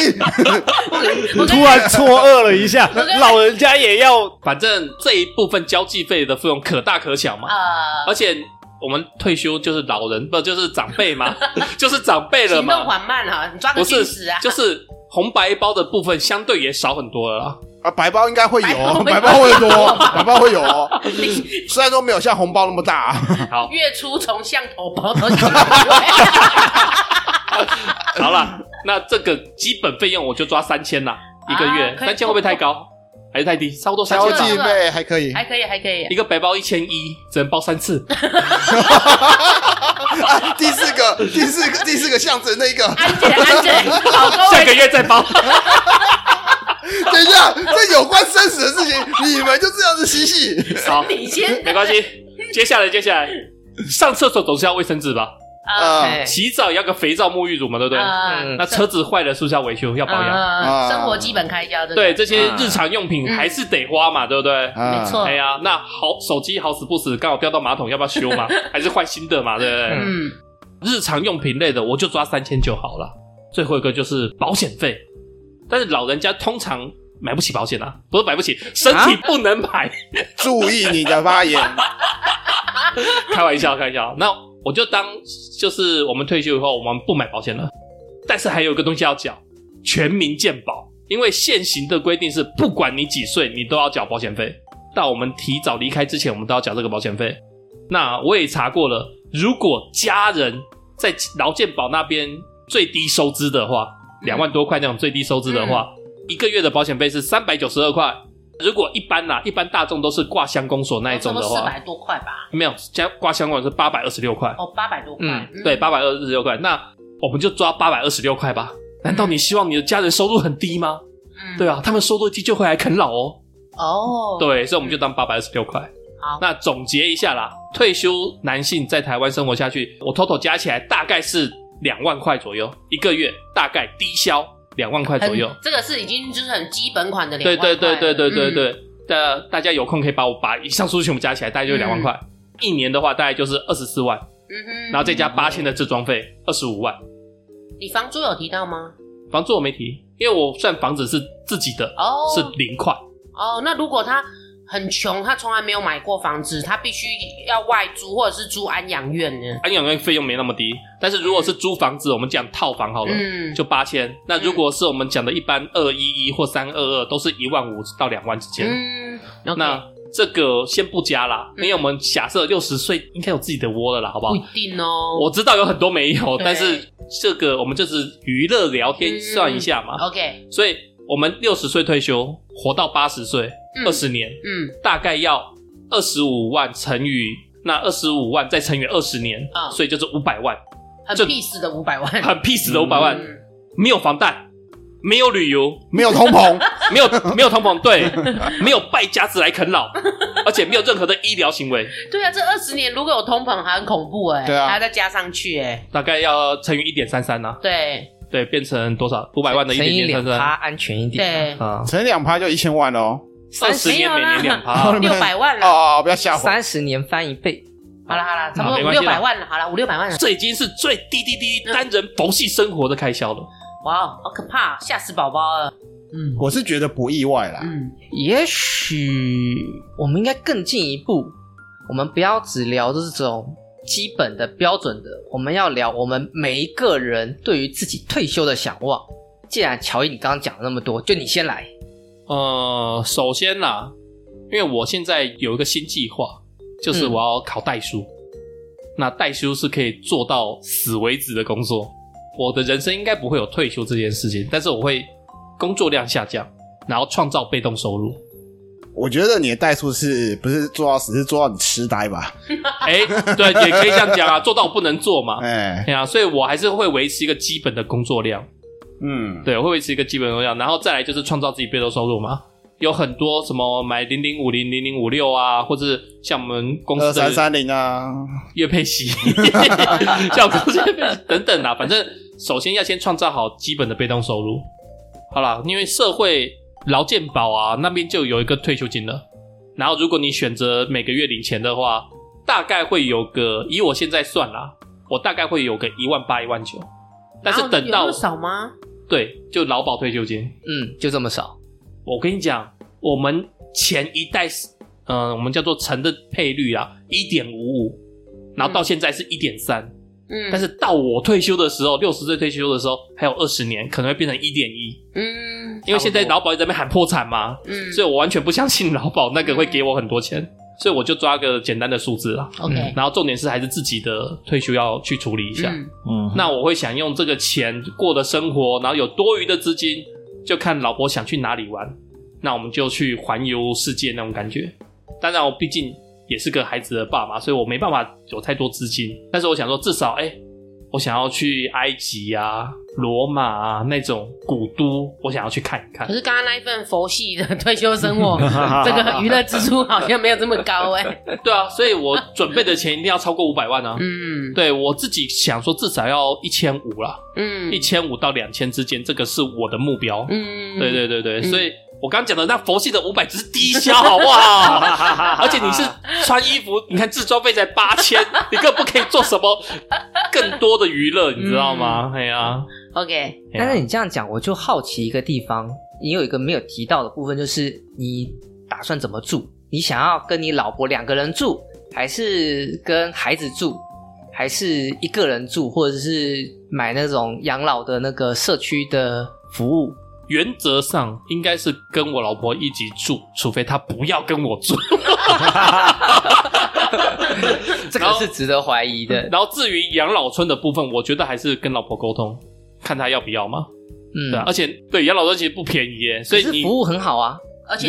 [SPEAKER 8] 我
[SPEAKER 1] 突
[SPEAKER 8] 跟
[SPEAKER 1] 然错愕了一下，
[SPEAKER 8] 跟
[SPEAKER 1] 老人家也要
[SPEAKER 4] 反正这一部分交际费的费用可大可小嘛。
[SPEAKER 8] 呃
[SPEAKER 4] 而，且我们退休就是老人，不就是长
[SPEAKER 8] *laughs*
[SPEAKER 4] 辈嘛，就是长辈
[SPEAKER 8] 行
[SPEAKER 4] 了
[SPEAKER 8] 动
[SPEAKER 4] 嘛，
[SPEAKER 8] 缓慢哈，你抓个
[SPEAKER 4] 不
[SPEAKER 8] 定
[SPEAKER 4] 是
[SPEAKER 8] 时啊，，
[SPEAKER 4] 就是红白包的部分相对也少很多了
[SPEAKER 8] *laughs*
[SPEAKER 4] 啦。
[SPEAKER 7] 啊，白包应该会有哦，
[SPEAKER 8] 白
[SPEAKER 7] 白
[SPEAKER 8] 包
[SPEAKER 7] 包会多哦，白包会有哦。虽然说没有像红包那么大啊，
[SPEAKER 4] 好，
[SPEAKER 8] 月初从巷头跑
[SPEAKER 4] *laughs*
[SPEAKER 8] 到巷尾 *laughs*
[SPEAKER 4] 好了，那这个基本费用我就抓三千啦。一个月
[SPEAKER 8] 啊可以
[SPEAKER 4] 三千会不会太高？还是太低？差不多三
[SPEAKER 8] 我
[SPEAKER 7] 交
[SPEAKER 8] 知道
[SPEAKER 7] 际
[SPEAKER 4] 千，
[SPEAKER 7] 费还可以
[SPEAKER 8] 还可以，还可以
[SPEAKER 4] 一。个白包一千一，只能包
[SPEAKER 8] *laughs*
[SPEAKER 4] 三次。
[SPEAKER 7] 啊。第四个，第四个，第四个巷子那个，
[SPEAKER 8] 安姐，安姐，好，各
[SPEAKER 4] 下个
[SPEAKER 8] 位，
[SPEAKER 4] 月再包。
[SPEAKER 7] 等一下，这有关生死的事情，你们就这样子嬉戏。
[SPEAKER 4] 好，
[SPEAKER 8] 你先
[SPEAKER 4] 没关系。接下来，接下来，上厕所总是要卫生纸吧？
[SPEAKER 6] 啊
[SPEAKER 7] 呃
[SPEAKER 4] 洗澡要个肥皂、沐浴乳嘛，对不对？
[SPEAKER 8] 呃
[SPEAKER 4] 那车子坏了是不是要维修、要保养？
[SPEAKER 8] 呃，生活基本开销，这个
[SPEAKER 4] 对，，这些日常用品还是得花嘛，对不对？
[SPEAKER 7] 啊
[SPEAKER 8] 没错
[SPEAKER 4] 哎呀，那好，手机好死不死刚好掉到马桶，要不要修嘛？还是换新的嘛，对不对？
[SPEAKER 8] 嗯，
[SPEAKER 4] 日常用品类的我就抓三千就好了。最后一个就是保险费，但是老人家通常买不起保险啊，不是买不起，身体不能买。
[SPEAKER 7] 注意你的发言。
[SPEAKER 4] *laughs* 开玩笑，开玩笑。那我就当就是我们退休以后，我们不买保险了，但是还有一个东西要缴，全民健保。因为现行的规定是，不管你几岁，你都要缴保险费。到我们提早离开之前，我们都要缴这个保险费。那我也查过了，如果家人在劳健保那边最低收支的话，两万多块那种最低收支的话，
[SPEAKER 8] 嗯
[SPEAKER 4] 一个月的保险费是三百九十二块。如果一般啦、一般大众都是挂乡公所那一种的
[SPEAKER 8] 四
[SPEAKER 4] 话，
[SPEAKER 8] 百多块吧，
[SPEAKER 4] 没有加挂香管是八百二十六块，
[SPEAKER 8] 哦，八百多块，嗯
[SPEAKER 4] 对，，八百二十六块。那我们就抓八百二十六块吧。难道你希望你的家人收入很低吗？
[SPEAKER 8] 嗯
[SPEAKER 4] 对，啊，他们收入低就会来啃老哦。
[SPEAKER 8] 哦，，
[SPEAKER 4] 对，所以我们就当八百二十六块。
[SPEAKER 8] 好
[SPEAKER 4] 那总结一下啦，退休男性在台湾生活下去，我 total 加起来大概是两万块左右一个月，大概低消两万块左右。
[SPEAKER 8] 这个是已经就是很基本款的两
[SPEAKER 4] 对
[SPEAKER 8] 万块
[SPEAKER 4] 对
[SPEAKER 8] 了，
[SPEAKER 4] 对对对对
[SPEAKER 8] 嗯
[SPEAKER 4] 对，大大家有空可以把我把以上数据全部加起来，大概就是两万块。一年的话，大概就是二十四万。
[SPEAKER 8] 嗯哼，
[SPEAKER 4] 然后再加八千的自装费，二十五万。
[SPEAKER 8] 你房租有提到吗？
[SPEAKER 4] 房租我没提，因为我算房子是自己的，
[SPEAKER 8] 哦，
[SPEAKER 4] 是零块。
[SPEAKER 8] 哦，那如果他很穷，他从来没有买过房子，他必须要外租或者是租安养院呢？
[SPEAKER 4] 安养院费用没那么低，但是如果是租房子，我们讲套房好了，
[SPEAKER 8] 嗯，
[SPEAKER 4] 就八千。那如果是我们讲的一般二一一或三二二，都是一万五到两万之间。
[SPEAKER 8] 嗯，
[SPEAKER 4] 那这个先不加啦，
[SPEAKER 8] 嗯
[SPEAKER 4] 因为我们假设六十岁应该有自己的窝了啦，好不好
[SPEAKER 8] 不一？定哦。
[SPEAKER 4] 我知道有很多没有，
[SPEAKER 8] 对
[SPEAKER 4] 但是这个我们就是娱乐聊天
[SPEAKER 8] 嗯
[SPEAKER 4] 算一下嘛。
[SPEAKER 8] OK，
[SPEAKER 4] 所以我们六十岁退休，活到八十岁，
[SPEAKER 8] 嗯
[SPEAKER 4] 二十年，
[SPEAKER 8] 嗯，
[SPEAKER 4] 大概要二十五万乘以那二十五万再乘以二十年，
[SPEAKER 8] 啊
[SPEAKER 4] 所以就是五百万，
[SPEAKER 8] 很
[SPEAKER 4] 这
[SPEAKER 8] peace 的五百万，
[SPEAKER 4] 很 peace 的五百万，
[SPEAKER 8] 嗯
[SPEAKER 4] 没有房贷，没有旅 *laughs* 游，
[SPEAKER 7] 没有通膨， *laughs*
[SPEAKER 4] 没有没有通膨，对，没有败家子来啃老， *laughs* 而且没有任何的医疗行为，
[SPEAKER 8] 对啊，这二十年如果有通膨，还很恐怖哎、
[SPEAKER 7] 对啊
[SPEAKER 8] 还要再加上去哎、
[SPEAKER 4] 大概要乘以一点三三呢，
[SPEAKER 8] 对
[SPEAKER 4] 对，变成多少？五百万的一
[SPEAKER 6] 乘以
[SPEAKER 4] 点
[SPEAKER 6] 两
[SPEAKER 4] 点
[SPEAKER 6] 趴
[SPEAKER 4] 三
[SPEAKER 6] 安全一点。
[SPEAKER 8] 对，
[SPEAKER 4] 三啊，
[SPEAKER 7] 乘两趴就一千万哦。
[SPEAKER 4] 二十年每年两趴，
[SPEAKER 8] *laughs* 六百万了，
[SPEAKER 7] 哦，不要吓我。
[SPEAKER 6] 三十年翻一倍，
[SPEAKER 8] 好了好了，差不多
[SPEAKER 4] 没
[SPEAKER 8] 五
[SPEAKER 4] 关系
[SPEAKER 8] 六
[SPEAKER 4] 啦
[SPEAKER 8] 百万了，好了五六百万了，
[SPEAKER 4] *laughs* 这已经是最低低低单人佛系生活的开销了。
[SPEAKER 8] 哇，哦好可怕，吓死宝宝了，嗯
[SPEAKER 7] 我是觉得不意外啦。
[SPEAKER 8] 嗯，
[SPEAKER 6] 也许我们应该更进一步，我们不要只聊这种基本的标准的，我们要聊我们每一个人对于自己退休的想望。既然乔伊你刚刚讲了那么多，就你先来。
[SPEAKER 4] 呃，首先啦，因为我现在有一个新计划，就是我要考代书。那代书是可以做到死为止的工作。我的人生应该不会有退休这件事情，但是我会工作量下降，然后创造被动收入。
[SPEAKER 7] 我觉得你的代数是不是做到死，是做到你痴呆吧？
[SPEAKER 4] 哎、对，也可以这样讲啊，做到我不能做嘛。
[SPEAKER 7] 哎，
[SPEAKER 4] 对啊，所以我还是会维持一个基本的工作量。
[SPEAKER 7] 嗯，
[SPEAKER 4] 对，会维持一个基本流量，啊然后再来就是创造自己被动收入嘛。有很多什么买零零五零、零零五六啊，或者是像我们公
[SPEAKER 7] 二
[SPEAKER 4] 司
[SPEAKER 7] 三
[SPEAKER 4] 的
[SPEAKER 7] 三零啊，
[SPEAKER 4] 月配
[SPEAKER 7] *laughs*
[SPEAKER 4] 息，像我们公司的月配息等等啊，反正首先要先创造好基本的被动收入。好啦，因为社会劳健保啊那边就有一个退休金了，然后如果你选择每个月领钱的话，大概会有个以我现在算啦，我大概会有个一万八、一万九，但是
[SPEAKER 8] 然后
[SPEAKER 4] 等
[SPEAKER 8] 有那
[SPEAKER 4] 到
[SPEAKER 8] 么少吗？
[SPEAKER 4] 对就劳保退休金，
[SPEAKER 6] 嗯，就这么少。
[SPEAKER 4] 我跟你讲，我们前一代是，呃，我们叫做乘的配率啊，一点五五，然后到现在是一点三，
[SPEAKER 8] 嗯，
[SPEAKER 4] 但是到我退休的时候，六十岁退休的时候，还有二十年，可能会变成一点一，
[SPEAKER 8] 嗯
[SPEAKER 4] 因为现在劳保一直在那边喊破产嘛，
[SPEAKER 8] 嗯，
[SPEAKER 4] 所以我完全不相信劳保那个会给我很多钱，所以我就抓个简单的数字啦。嗯
[SPEAKER 8] OK
[SPEAKER 4] 然后重点是还是自己的退休要去处理一下。
[SPEAKER 8] 嗯
[SPEAKER 1] 嗯，
[SPEAKER 4] 那我会想用这个钱过的生活，然后有多余的资金就看老婆想去哪里玩，那我们就去环游世界那种感觉。当然，我毕竟也是个孩子的爸妈，所以我没办法有太多资金。但是我想说，至少哎、我想要去埃及啊、罗马啊那种古都，我想要去看一看
[SPEAKER 8] 可。是刚刚那一份佛系的退休生活，这
[SPEAKER 4] *laughs*
[SPEAKER 8] 个娱乐支出好像没有这么高哎、
[SPEAKER 4] 对啊，所以我准备的钱一定要超过五百万啊。
[SPEAKER 8] 嗯
[SPEAKER 4] 对我自己想说，至少要一千五啦，
[SPEAKER 8] 嗯
[SPEAKER 4] 一千五到两千之间，这个是我的目标。
[SPEAKER 8] 嗯，
[SPEAKER 4] 对对对对，
[SPEAKER 8] 嗯
[SPEAKER 4] 所以我刚讲的那佛系的五百只是低消，好
[SPEAKER 6] *laughs*
[SPEAKER 4] 不好？而且你是穿衣服，你看制装费才八
[SPEAKER 6] *laughs*
[SPEAKER 4] 千，你更不可以做什么更多的娱乐，你知道吗？哎呀，
[SPEAKER 8] ，OK，
[SPEAKER 4] 哎呀
[SPEAKER 6] 嗯但是你这样讲，我就好奇一个地方，你有一个没有提到的部分，就是你打算怎么住？你想要跟你老婆两个人住，还是跟孩子住，还是一个人住，或者是买那种养老的那个社区的服务？
[SPEAKER 4] 原则上应该是跟我老婆一起住，除非她不要跟我住。
[SPEAKER 6] 这个是值得怀疑的。
[SPEAKER 4] *laughs* 然后至于养老村的部分，我觉得还是跟老婆沟通，看她要不要嘛。
[SPEAKER 6] 嗯，
[SPEAKER 4] 对啊，而且对养老村其实不便宜耶，所以
[SPEAKER 6] 可是
[SPEAKER 4] 你
[SPEAKER 6] 服务很好啊。
[SPEAKER 8] 而且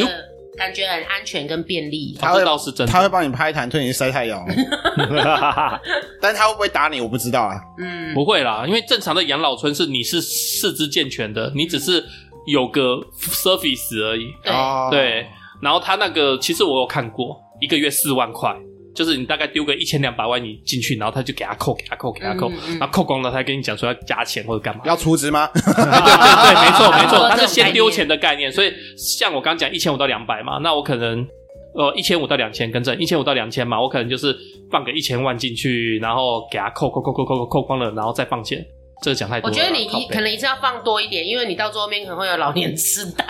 [SPEAKER 8] 感觉很安全跟便利。
[SPEAKER 4] 啊这倒是真的。
[SPEAKER 7] 他会帮你拍弹推你去晒太 *laughs* 阳，哦但他会不会打你我不知道啊。
[SPEAKER 8] 嗯，
[SPEAKER 4] 不会啦，因为正常的养老村是你是四肢健全的，你只是有个 service 而已。
[SPEAKER 8] 对，
[SPEAKER 7] 哦
[SPEAKER 4] 对，然后他那个其实我有看过，一个月四万块，就是你大概丢个一千两百万你进去，然后他就给他扣，给他扣，给他扣，
[SPEAKER 8] 嗯嗯
[SPEAKER 4] 然后扣光了，他跟你讲说要加钱或者干嘛。
[SPEAKER 7] 要出资吗？
[SPEAKER 4] 啊对对对，没错没错，
[SPEAKER 8] 啊这种
[SPEAKER 4] 它是
[SPEAKER 8] 概
[SPEAKER 4] 先
[SPEAKER 8] 念
[SPEAKER 4] 丢钱的概念。所以像我刚讲一千五到两百嘛，那我可能呃一千五到两千跟正一千五到两千嘛，我可能就是放个一千万进去，然后给它扣扣扣扣扣扣扣光了，然后再放钱。这个讲太多
[SPEAKER 8] 我
[SPEAKER 4] 了
[SPEAKER 8] 觉
[SPEAKER 4] 啦，
[SPEAKER 8] 得你一
[SPEAKER 4] 靠背
[SPEAKER 8] 可能一次要放多一点，因为你到最后面可能会有老年痴呆。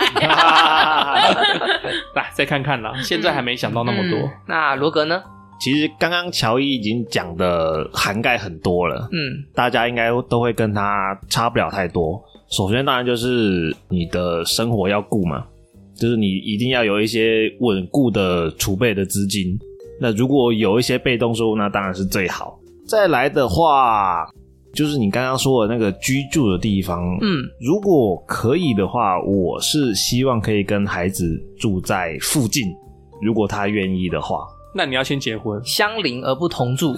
[SPEAKER 4] 来再看看啦，现在还没想到那么多。
[SPEAKER 6] 那罗格呢？
[SPEAKER 1] *laughs* 其实刚刚乔伊已经讲的涵盖很多了，
[SPEAKER 6] 嗯，
[SPEAKER 1] 大家应该都会跟他差不了太多。首先，当然就是你的生活要顾嘛，就是你一定要有一些稳固的储备的资金。那如果有一些被动收入，那当然是最好。再来的话，就是你刚刚说的那个居住的地方，
[SPEAKER 6] 嗯，
[SPEAKER 1] 如果可以的话，我是希望可以跟孩子住在附近，如果他愿意的话。
[SPEAKER 4] 那你要先结婚，
[SPEAKER 6] 相邻而不同住，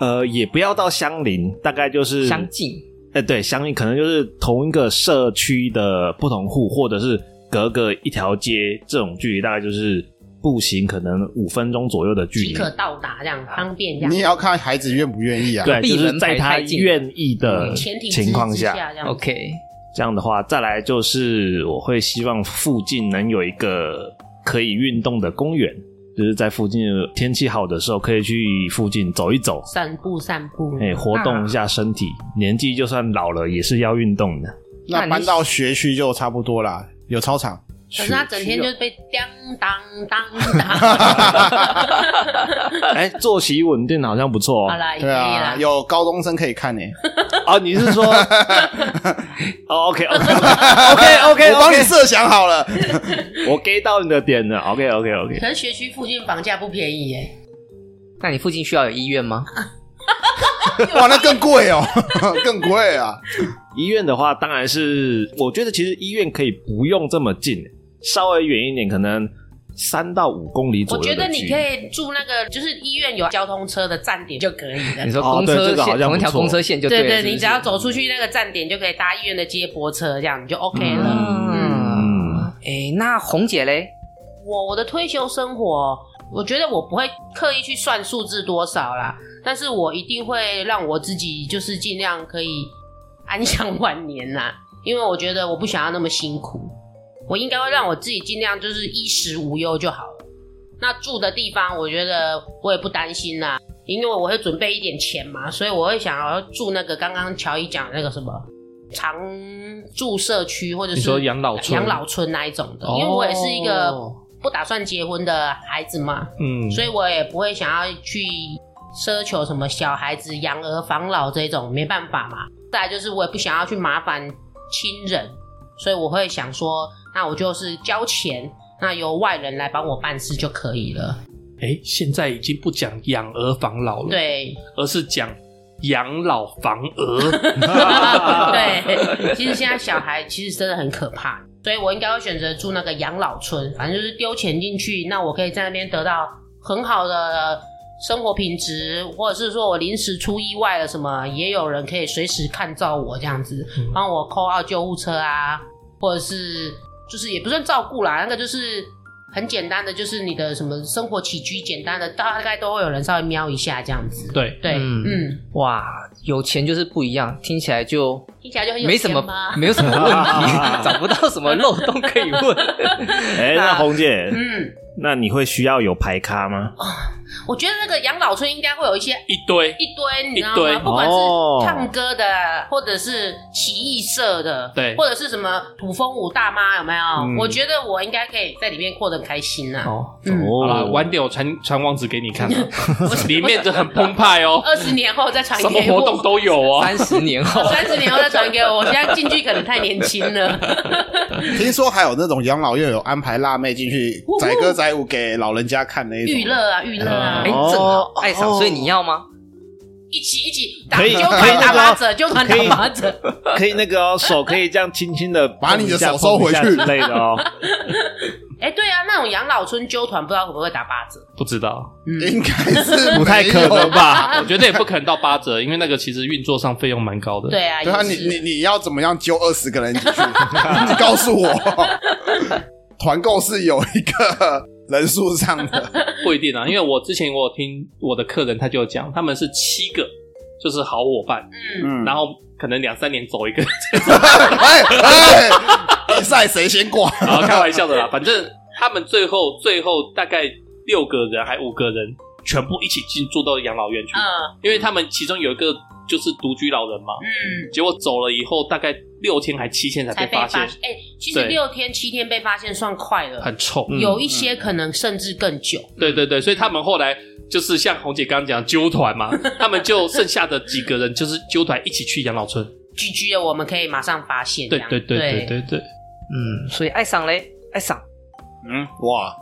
[SPEAKER 1] 呃，也不要到相邻，大概就是
[SPEAKER 6] 相近。
[SPEAKER 1] 哎、对，相邻可能就是同一个社区的不同户，或者是隔个一条街这种距离，大概就是步行可能五分钟左右的距
[SPEAKER 8] 即
[SPEAKER 1] 离。
[SPEAKER 8] 可到达，这样方便这
[SPEAKER 7] 你也
[SPEAKER 8] 样。
[SPEAKER 7] 要看孩子愿不愿意啊。
[SPEAKER 1] 对，就
[SPEAKER 6] 闭
[SPEAKER 1] 是
[SPEAKER 6] 门
[SPEAKER 1] 在
[SPEAKER 6] 排
[SPEAKER 1] 他
[SPEAKER 6] 太近
[SPEAKER 1] 愿意的
[SPEAKER 8] 嗯前提之
[SPEAKER 1] 情况
[SPEAKER 8] 之
[SPEAKER 1] 下，
[SPEAKER 8] 下这样。
[SPEAKER 6] OK，
[SPEAKER 1] 这样的话，再来就是我会希望附近能有一个可以运动的公园，就是在附近天气好的时候，可以去附近走一走，
[SPEAKER 8] 散步散步，
[SPEAKER 1] 哎、活动
[SPEAKER 8] 啊
[SPEAKER 1] 一下身体。年纪就算老了，也是要运动的。
[SPEAKER 6] 那
[SPEAKER 7] 那
[SPEAKER 6] 你
[SPEAKER 7] 搬到学区就差不多啦，有操场。
[SPEAKER 8] 可是他整天
[SPEAKER 1] 哦
[SPEAKER 8] 就被当当当当。
[SPEAKER 1] *laughs* 哎、作息稳定好像不错哦
[SPEAKER 8] 好。啦，哎也可以
[SPEAKER 7] 对啊，
[SPEAKER 8] 啦。
[SPEAKER 7] 有高中生可以看呢、
[SPEAKER 1] 哦，你
[SPEAKER 8] *laughs*
[SPEAKER 1] 是说？哦，OK OK OK OK，
[SPEAKER 7] 我帮你设想好了。
[SPEAKER 1] 我 get 到你的点了。OK OK OK，
[SPEAKER 8] 可是学区附近房价不便宜耶，
[SPEAKER 6] 那你附近需要有医院吗？
[SPEAKER 7] 哇，那更贵哦， *laughs* 更贵啊！
[SPEAKER 1] 医院的话，当然是我觉得其实医院可以不用这么近，稍微远一点，可能三到五公里左
[SPEAKER 8] 我
[SPEAKER 1] 右
[SPEAKER 8] 觉
[SPEAKER 1] 的
[SPEAKER 8] 得
[SPEAKER 1] 距
[SPEAKER 8] 你
[SPEAKER 1] 离 *laughs*
[SPEAKER 8] 可以住那个，就是医院有交通车的站点就可以了
[SPEAKER 6] 你。说
[SPEAKER 1] 哦
[SPEAKER 6] 公
[SPEAKER 1] 对
[SPEAKER 6] 车
[SPEAKER 1] 这个
[SPEAKER 6] 线、
[SPEAKER 1] 好像
[SPEAKER 6] 同一
[SPEAKER 1] 不
[SPEAKER 6] 条
[SPEAKER 1] 错
[SPEAKER 6] 公车线就
[SPEAKER 8] 对
[SPEAKER 6] 了
[SPEAKER 8] 对，
[SPEAKER 6] 是不
[SPEAKER 8] 你
[SPEAKER 6] 是
[SPEAKER 8] 只要走出去那个站点，就可以搭医院的接驳车，这样你就 OK 了。
[SPEAKER 6] 嗯，哎，那红姐嘞？
[SPEAKER 8] 我我的退休生活，我觉得我不会刻意去算数字多少啦，但是我一定会让我自己就是尽量可以 *laughs* 安享晚年啦，因为我觉得我不想要那么辛苦，我应该会让我自己尽量就是衣食无忧就好了。那住的地方，我觉得我也不担心啦，因为我会准备一点钱嘛，所以我会想要住那个刚刚乔伊讲的那个什么常住社区，或者是
[SPEAKER 4] 你说养老村
[SPEAKER 8] 养老村那一种的，
[SPEAKER 4] 哦
[SPEAKER 8] 因为我也是一个
[SPEAKER 6] 哦
[SPEAKER 8] 不打算结婚的孩子嘛，
[SPEAKER 4] 嗯，
[SPEAKER 8] 所以我也不会想要去奢求什么小孩子养儿防老这种，没办法嘛。再来就是我也不想要去麻烦亲人，所以我会想说，那我就是交钱，那由外人来帮我办事就可以了。
[SPEAKER 4] 哎，现在已经不讲养儿防老了，，
[SPEAKER 8] 对，
[SPEAKER 4] 而是讲养老防额。
[SPEAKER 6] *laughs*
[SPEAKER 8] 对，其实现在小孩其实真的很可怕，所以我应该会选择住那个养老村，反正就是丢钱进去，那我可以在那边得到很好的生活品质，或者是说我临时出意外了什么，也有人可以随时看照我这样子，
[SPEAKER 6] 嗯
[SPEAKER 8] 帮我扣号救护车啊，或者是就是也不算照顾啦，那个就是。很简单的，就是你的什么生活起居简单的，大概都会有人稍微瞄一下这样子。
[SPEAKER 4] 对，
[SPEAKER 8] 对，
[SPEAKER 6] 嗯
[SPEAKER 8] 嗯，
[SPEAKER 6] 哇，有钱就是不一样，听起来就
[SPEAKER 8] 听起来就很有
[SPEAKER 6] 没什么
[SPEAKER 8] 钱吗，
[SPEAKER 6] 没有什么问
[SPEAKER 8] *laughs*
[SPEAKER 6] 题，找不到什么漏洞可以问。
[SPEAKER 1] 哎、那红姐，
[SPEAKER 8] 嗯，
[SPEAKER 1] 那你会需要有排咖吗？
[SPEAKER 8] 我觉得那个养老村应该会有一些
[SPEAKER 4] 一堆
[SPEAKER 8] 一堆，你知道
[SPEAKER 4] 一堆
[SPEAKER 8] 吗？不管
[SPEAKER 1] 哦
[SPEAKER 8] 是唱歌的，或者是奇异社的，
[SPEAKER 4] 对
[SPEAKER 8] 或者是什么土风舞大妈，有没有？
[SPEAKER 1] 嗯
[SPEAKER 8] 我觉得我应该可以在里面过得很开心啊。
[SPEAKER 4] 哦。
[SPEAKER 8] 嗯，
[SPEAKER 4] 好了，
[SPEAKER 1] 哦，
[SPEAKER 4] 晚点我传传网址给你看，里面就很澎湃哦，
[SPEAKER 8] 二十年后再传 *laughs*
[SPEAKER 4] 什么
[SPEAKER 8] 给
[SPEAKER 4] 活动
[SPEAKER 8] 我。，
[SPEAKER 4] 都有哦。
[SPEAKER 6] *laughs* 三十年后
[SPEAKER 8] 三十年后再传给我，我现在进去可能太年轻
[SPEAKER 1] *laughs*
[SPEAKER 8] 了。
[SPEAKER 7] 听说还有那种养老院有安排辣妹进去载歌载舞给老人家看那一种
[SPEAKER 8] 娱，乐啊，娱乐啊
[SPEAKER 6] 哎，，正好爱上，所以你要吗？
[SPEAKER 8] 一起一起打
[SPEAKER 1] 可以
[SPEAKER 8] 纠
[SPEAKER 1] 可以
[SPEAKER 8] 团
[SPEAKER 1] 那
[SPEAKER 8] 打
[SPEAKER 1] 个
[SPEAKER 8] 麻者，纠团打
[SPEAKER 1] 可以
[SPEAKER 8] 麻者。
[SPEAKER 1] 可以那个、哦、手可以这样轻轻的
[SPEAKER 7] 把你的手收回去
[SPEAKER 1] 之类的
[SPEAKER 7] *laughs*
[SPEAKER 1] 哦。
[SPEAKER 8] 哎，对啊，那种养老村纠团不知道会不会打八折？嗯
[SPEAKER 4] 不知道，
[SPEAKER 7] 应该是
[SPEAKER 1] 不太可能
[SPEAKER 7] 吧？
[SPEAKER 1] 吧？
[SPEAKER 4] 我觉得也不可能到八折，因 *laughs* 为那个其实运作上费用蛮高的。
[SPEAKER 8] 对啊，
[SPEAKER 7] 对啊，
[SPEAKER 8] 也
[SPEAKER 7] 你
[SPEAKER 8] 是
[SPEAKER 7] 你你要怎么样揪二十个人进
[SPEAKER 1] *laughs*
[SPEAKER 7] 去？你告诉我，团购是有一个人数上的，
[SPEAKER 4] 不一定啊，因为我之前我有听我的客人他就有讲，他们是七个，就是好伙伴，
[SPEAKER 8] 嗯，
[SPEAKER 7] 嗯，
[SPEAKER 4] 然后可能两三年走一个，
[SPEAKER 7] *laughs*
[SPEAKER 4] *laughs*
[SPEAKER 7] 哎哎，比赛谁先挂？
[SPEAKER 4] 然后开玩笑的啦，反正他们最后最后大概六个人还五个人全部一起进住到养老院去，
[SPEAKER 8] 嗯
[SPEAKER 4] 因为他们其中有一个就是独居老人嘛，
[SPEAKER 8] 嗯。
[SPEAKER 4] 结果走了以后大概六天还七天才
[SPEAKER 8] 才
[SPEAKER 4] 被
[SPEAKER 8] 被
[SPEAKER 4] 发
[SPEAKER 8] 发
[SPEAKER 4] 现，
[SPEAKER 8] 现。哎、其实
[SPEAKER 4] 对
[SPEAKER 8] 六天七天被发现算快了，
[SPEAKER 4] 很臭。
[SPEAKER 1] 嗯
[SPEAKER 8] 有一些可能甚至更久。
[SPEAKER 4] 对对对，所以他们后来就是像红姐刚刚讲纠团嘛，他们就剩下的几个人就是纠团一起去养老村。
[SPEAKER 8] 居居的我们可以马上发现这
[SPEAKER 4] 对
[SPEAKER 8] 样。
[SPEAKER 4] 对对对
[SPEAKER 8] 对
[SPEAKER 4] 对对，
[SPEAKER 6] 嗯，所以爱上嘞，爱上。
[SPEAKER 7] 嗯，哇，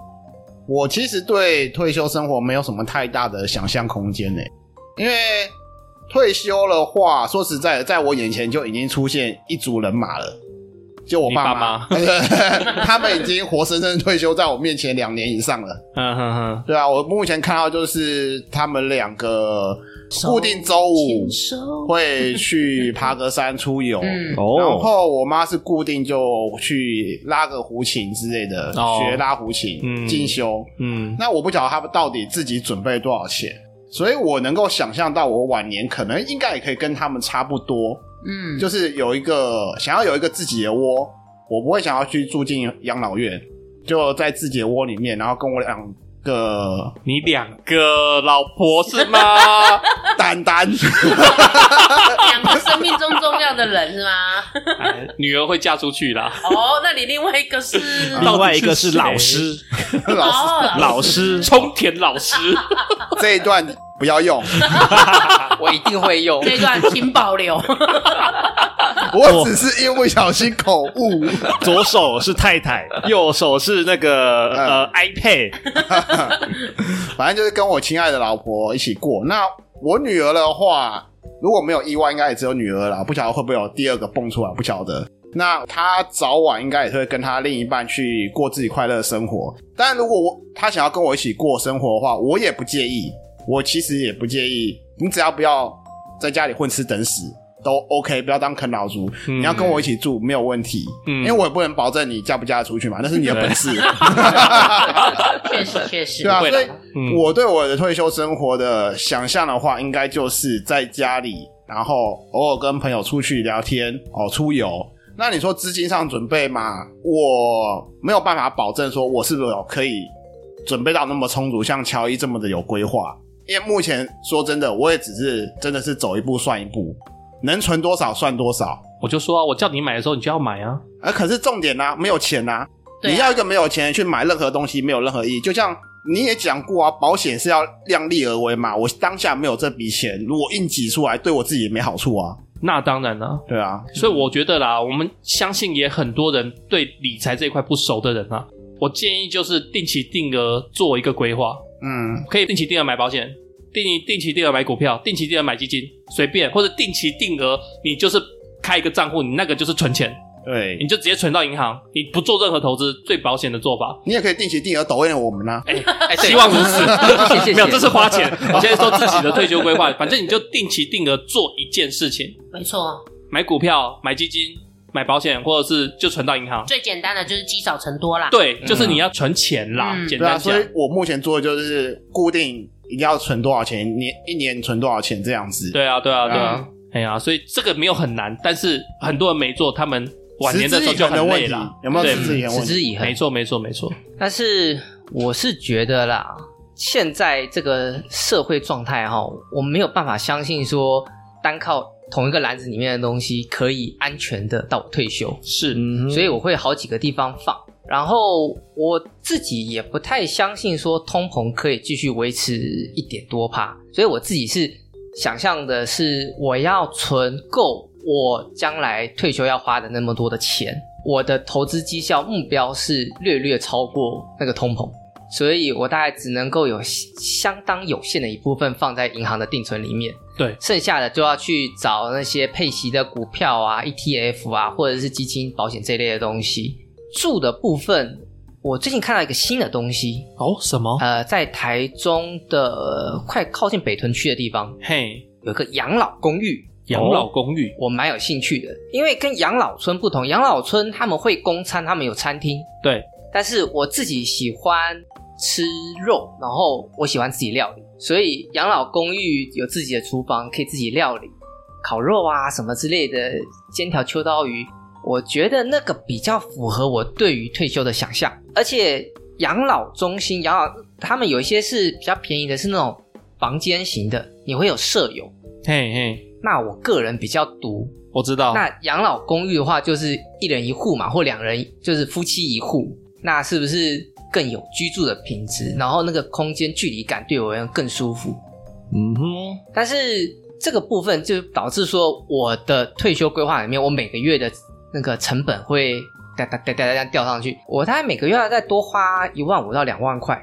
[SPEAKER 7] 我其实对退休生活没有什么太大的想象空间呢、因为退休的话，说实在的，在我眼前就已经出现一组人马了。就我爸妈， *laughs* 他们已经活生生退休在我面前两年以上了。
[SPEAKER 4] 嗯哼哼，
[SPEAKER 7] 对啊，我目前看到就是他们两个固定周
[SPEAKER 4] 哦
[SPEAKER 7] 五会去爬个山出游，
[SPEAKER 8] 嗯，
[SPEAKER 7] 然
[SPEAKER 1] 哦，
[SPEAKER 7] 后我妈是固定就去拉个胡琴之类的，
[SPEAKER 4] 哦
[SPEAKER 7] 学拉胡琴、
[SPEAKER 4] 嗯
[SPEAKER 7] 进修。
[SPEAKER 4] 嗯，
[SPEAKER 7] 那我不晓得他们到底自己准备多少钱，所以我能够想象到我晚年可能应该也可以跟他们差不多，
[SPEAKER 8] 嗯，
[SPEAKER 7] 就是有一个想要有一个自己的窝，我不会想要去住进养老院，就在自己的窝里面，然后跟我两个
[SPEAKER 4] 你两个老婆是吗？
[SPEAKER 7] 丹
[SPEAKER 4] *laughs*
[SPEAKER 7] 丹。
[SPEAKER 8] *laughs* 两个生命中重要的人是吗？ *laughs*
[SPEAKER 4] 哎女儿会嫁出去啦，
[SPEAKER 8] 哦，那你另外一个是
[SPEAKER 1] 另外一个是老师，
[SPEAKER 7] 老师
[SPEAKER 8] 哦，
[SPEAKER 1] 老师
[SPEAKER 4] 冲田老师，
[SPEAKER 7] 这一段不要用，
[SPEAKER 6] 啊我一定会
[SPEAKER 8] *laughs*
[SPEAKER 6] 用。
[SPEAKER 8] 这一段请保
[SPEAKER 4] *laughs*
[SPEAKER 8] 留。
[SPEAKER 7] 我只是因为不小心口误。
[SPEAKER 1] 左手是太太，右手是那个呃 iPad。
[SPEAKER 7] 反正就是跟我亲爱的老婆一起过。那我女儿的话，如果没有意外，应该也只有女儿了，不晓得会不会有第二个蹦出来，不晓得。那她早晚应该也是会跟她另一半去过自己快乐的生活。但如果我她想要跟我一起过生活的话，我也不介意，我其实也不介意。你只要不要在家里混吃等死都 OK，不要当啃老族。
[SPEAKER 4] 嗯
[SPEAKER 7] 你要跟我一起住没有问题，因
[SPEAKER 4] 嗯
[SPEAKER 7] 为我也不能保证你嫁不嫁得出去嘛，那是你的本
[SPEAKER 4] *laughs*
[SPEAKER 7] 事。
[SPEAKER 8] 确实确实，
[SPEAKER 7] 对啊，
[SPEAKER 4] 会
[SPEAKER 7] 所
[SPEAKER 4] 啦
[SPEAKER 7] 以
[SPEAKER 4] 嗯
[SPEAKER 7] 我对我的退休生活的想象的话，应该就是在家里，然后偶尔跟朋友出去聊天，哦，出游。那你说资金上准备嘛，我没有办法保证说我是不是有可以准备到那么充足，像乔伊这么的有规划。因为目前说真的，我也只是真的是走一步算一步，能存多少算多少。
[SPEAKER 4] 我就说啊，我叫你买的时候你就要买啊，
[SPEAKER 7] 啊，可是重点呢、没有钱呐、
[SPEAKER 8] 对啊
[SPEAKER 7] 你要一个没有钱去买任何东西，没有任何意义。就像你也讲过啊，保险是要量力而为嘛。我当下没有这笔钱，如果硬挤出来，对我自己也没好处啊。
[SPEAKER 4] 那当然啦、
[SPEAKER 7] 对啊，
[SPEAKER 4] 所以我觉得啦，我们相信也很多人对理财这一块不熟的人啊，我建议就是定期定额做一个规划，
[SPEAKER 7] 嗯，
[SPEAKER 4] 可以定期定额买保险，定定期定额买股票，定期定额买基金，随便或者定期定额，你就是开一个账户，你那个就是存钱，
[SPEAKER 7] 对
[SPEAKER 4] 你，就直接存到银行，你不做任何投资，最保险的做法。
[SPEAKER 7] 你也可以定期定额抖给我们啊。
[SPEAKER 4] 哎、哎希望如此。
[SPEAKER 6] 谢谢谢
[SPEAKER 4] 没有，这是花钱。我现在说自己的退休规划，反正你就定期定额做一件事情，
[SPEAKER 8] 没错，
[SPEAKER 4] 买股票、买基金、买保险，或者是就存到银行。
[SPEAKER 8] 最简单的就是积少成多啦。
[SPEAKER 4] 对，就是你要存钱啦，
[SPEAKER 8] 嗯
[SPEAKER 4] 简
[SPEAKER 7] 对啊，
[SPEAKER 4] 单
[SPEAKER 7] 所
[SPEAKER 4] 讲。
[SPEAKER 7] 以我目前做的就是固定一定要存多少钱，年一年存多少钱这样子。，
[SPEAKER 4] 对啊，对啊，对啊
[SPEAKER 7] 嗯。
[SPEAKER 4] 哎呀，所以这个没有很难，但是很多人没做，他们晚年的时候就很
[SPEAKER 7] 问
[SPEAKER 4] 累
[SPEAKER 7] 题
[SPEAKER 4] 啦。，
[SPEAKER 7] 有没有
[SPEAKER 4] 对
[SPEAKER 7] 持之以恒
[SPEAKER 6] 持
[SPEAKER 7] 问题？
[SPEAKER 6] 之以恒
[SPEAKER 4] 没。错，没错，没错。
[SPEAKER 6] 但是我是觉得啦，现在这个社会状态哈，我没有办法相信说单靠同一个篮子里面的东西可以安全的到我退休，
[SPEAKER 4] 是，
[SPEAKER 6] 所以我会好几个地方放。然后我自己也不太相信说通膨可以继续维持一点多趴，所以我自己是想象的是我要存够我将来退休要花的那么多的钱，我的投资绩效目标是略略超过那个通膨，所以我大概只能够有相当有限的一部分放在银行的定存里面，
[SPEAKER 7] *laughs*
[SPEAKER 4] 对
[SPEAKER 6] 剩下的就要去找那些配息的股票啊、ETF 啊，或者是基金、保险这类的东西。住的部分，我最近看到一个新的东西，
[SPEAKER 4] 哦，什么？
[SPEAKER 6] 呃，在台中的、呃快靠近北屯区的地方，
[SPEAKER 4] 嘿，
[SPEAKER 6] 有一个养老公寓，
[SPEAKER 4] 养老公
[SPEAKER 7] 哦
[SPEAKER 4] 寓
[SPEAKER 6] 我蛮有兴趣的，因为跟养老村不同，养老村他们会供餐，他们有餐厅，
[SPEAKER 4] 对，
[SPEAKER 6] 但是我自己喜欢吃肉，然后我喜欢自己料理，所以养老公寓有自己的厨房，可以自己料理烤肉啊什么之类的，煎条秋刀鱼，我觉得那个比较符合我对于退休的想象。而且养老中心、养老他们有一些是比较便宜的，是那种房间型的，你会有舍友。
[SPEAKER 4] 嘿嘿，
[SPEAKER 6] 那我个人比较独，
[SPEAKER 4] 我知道。
[SPEAKER 6] 那养老公寓的话，就是一人一户嘛，或两人就是夫妻一户，那是不是更有居住的品质？然后那个空间距离感对我而言更舒服。
[SPEAKER 1] 嗯哼，
[SPEAKER 6] 但是这个部分就导致说，我的退休规划里面，我每个月的那个成本会哒哒哒哒哒哒掉上去，我大概每个月要再多花一万五到两万块。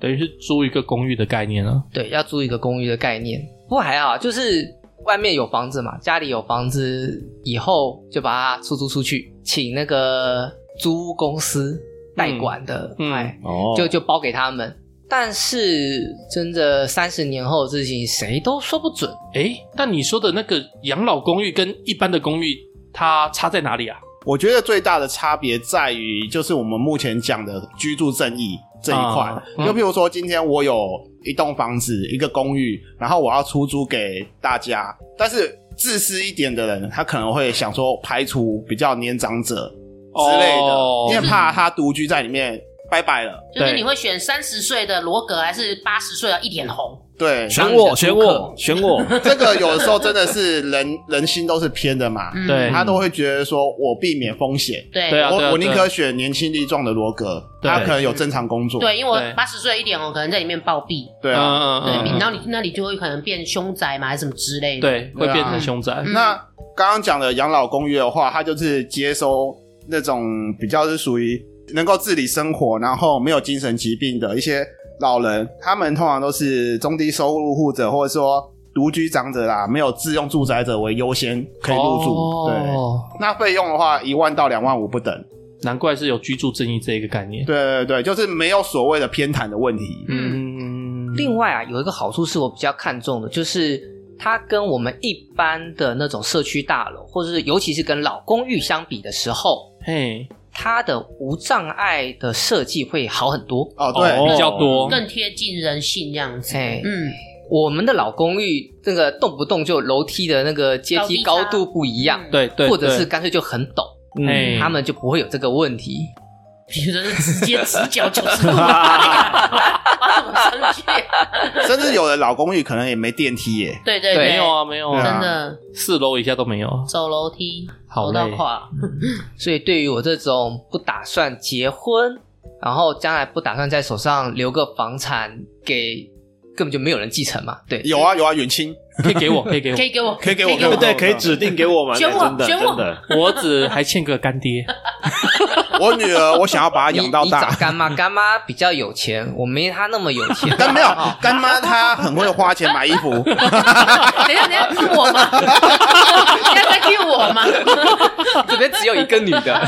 [SPEAKER 4] 等于是租一个公寓的概念啊。
[SPEAKER 6] 对，要租一个公寓的概念。不过还好，就是外面有房子嘛，家里有房子，以后就把它出租出去，请那个租屋公司代管的，
[SPEAKER 4] 嗯嗯
[SPEAKER 6] 哎，
[SPEAKER 1] 哦，
[SPEAKER 6] 就就包给他们。但是真的三十年后的事情，谁都说不准。
[SPEAKER 4] 诶，那你说的那个养老公寓跟一般的公寓，它差在哪里啊？
[SPEAKER 7] 我觉得最大的差别在于，就是我们目前讲的居住正义这一块
[SPEAKER 4] 啊。嗯
[SPEAKER 7] 就譬如说，今天我有一栋房子，一个公寓，然后我要出租给大家，但是自私一点的人，他可能会想说排除比较年长者之类的，
[SPEAKER 4] 哦
[SPEAKER 7] 因为怕他独居在里面，拜拜了。
[SPEAKER 8] 就是
[SPEAKER 4] 对
[SPEAKER 8] 你会选三十岁的罗格，还是八十岁的一脸红？
[SPEAKER 4] *laughs*
[SPEAKER 7] 对，
[SPEAKER 1] 选我，选我，选我，
[SPEAKER 7] 这个有时候真的是人人心都是偏的嘛，
[SPEAKER 8] 嗯
[SPEAKER 4] 对
[SPEAKER 7] 他都会觉得说我避免风险，
[SPEAKER 8] 对
[SPEAKER 4] 对啊
[SPEAKER 7] 我我宁可选年轻力壮的罗格，
[SPEAKER 4] 对
[SPEAKER 7] 他可能有正常工作，
[SPEAKER 8] 对因为
[SPEAKER 4] 对
[SPEAKER 8] 我八十岁的一脸红，可能在里面暴毙，
[SPEAKER 7] 对啊，
[SPEAKER 4] *laughs* 嗯
[SPEAKER 8] 对，
[SPEAKER 4] 嗯嗯
[SPEAKER 8] 然后你那里就会可能变凶宅嘛，还是什么之类的。
[SPEAKER 4] 对，
[SPEAKER 7] 啊
[SPEAKER 4] 会变成凶宅。
[SPEAKER 8] 嗯
[SPEAKER 7] 那刚刚讲的养老公寓的话，它就是接收那种比较是属于能够自理生活，然后没有精神疾病的一些老人，他们通常都是中低收入户者，或者说独居长者啦，没有自用住宅者为优先可以入住。对，
[SPEAKER 4] 哦，
[SPEAKER 7] 那费用的话，一万到两万五不等。
[SPEAKER 4] 难怪是有居住正义这一个概念。
[SPEAKER 7] 对对对，就是没有所谓的偏袒的问题。
[SPEAKER 4] 嗯，
[SPEAKER 6] 另外啊，有一个好处是我比较看重的，就是它跟我们一般的那种社区大楼，或者是尤其是跟老公寓相比的时候，
[SPEAKER 4] 嘿，
[SPEAKER 6] 它的无障碍的设计会好很多。
[SPEAKER 7] 哦，对，
[SPEAKER 4] 比较多。
[SPEAKER 8] 更贴近人性这样子。
[SPEAKER 6] 哎、
[SPEAKER 8] 嗯，
[SPEAKER 6] 我们的老公寓那个动不动就楼梯的那个阶梯
[SPEAKER 8] 高
[SPEAKER 6] 高
[SPEAKER 8] 低差
[SPEAKER 6] 度不一样，
[SPEAKER 8] 嗯
[SPEAKER 4] 对对，
[SPEAKER 6] 或者
[SPEAKER 4] 对嗯
[SPEAKER 6] 是干脆就很陡，
[SPEAKER 1] 嗯
[SPEAKER 4] 嘿，
[SPEAKER 6] 他们就不会有这个问题。
[SPEAKER 8] 比如说是直接直
[SPEAKER 4] *laughs*
[SPEAKER 8] 角九十度啊，挖怎么上去？
[SPEAKER 7] 甚至有的老公寓可能也没电梯耶。
[SPEAKER 8] 对对
[SPEAKER 6] 对
[SPEAKER 4] 没有啊，没有
[SPEAKER 7] 对啊
[SPEAKER 4] 啊，
[SPEAKER 8] 真的
[SPEAKER 4] 四楼以下都没有啊。
[SPEAKER 8] 走楼梯，走
[SPEAKER 4] 好累
[SPEAKER 8] 到垮。
[SPEAKER 6] 所以对于我这种不打算结婚，然后将来不打算在手上留个房产给，根本就没有人继承嘛。对，
[SPEAKER 7] 有啊有啊，远清
[SPEAKER 4] 可以给我，可 *laughs* 以
[SPEAKER 8] *laughs*
[SPEAKER 4] 给
[SPEAKER 8] 可以给我，
[SPEAKER 7] 可以给我
[SPEAKER 1] 对不对？可以指定给我们，
[SPEAKER 8] 选我
[SPEAKER 1] 真的，
[SPEAKER 8] 选我
[SPEAKER 1] 真的，
[SPEAKER 4] 我，我只还欠个干爹。
[SPEAKER 7] 我女儿，我想要把她
[SPEAKER 6] 你
[SPEAKER 7] 养到
[SPEAKER 6] 你
[SPEAKER 7] 大
[SPEAKER 6] 找。干妈，干妈比较有 *laughs* 钱，我没她那么有钱。
[SPEAKER 7] *laughs* 但没有干妈，她很会花钱买衣服。
[SPEAKER 8] 等一下，等一下，是我吗？ *laughs* 你要在 Q 我吗？
[SPEAKER 6] *laughs*
[SPEAKER 8] *laughs*
[SPEAKER 6] 这边只有一个 *laughs* 女的，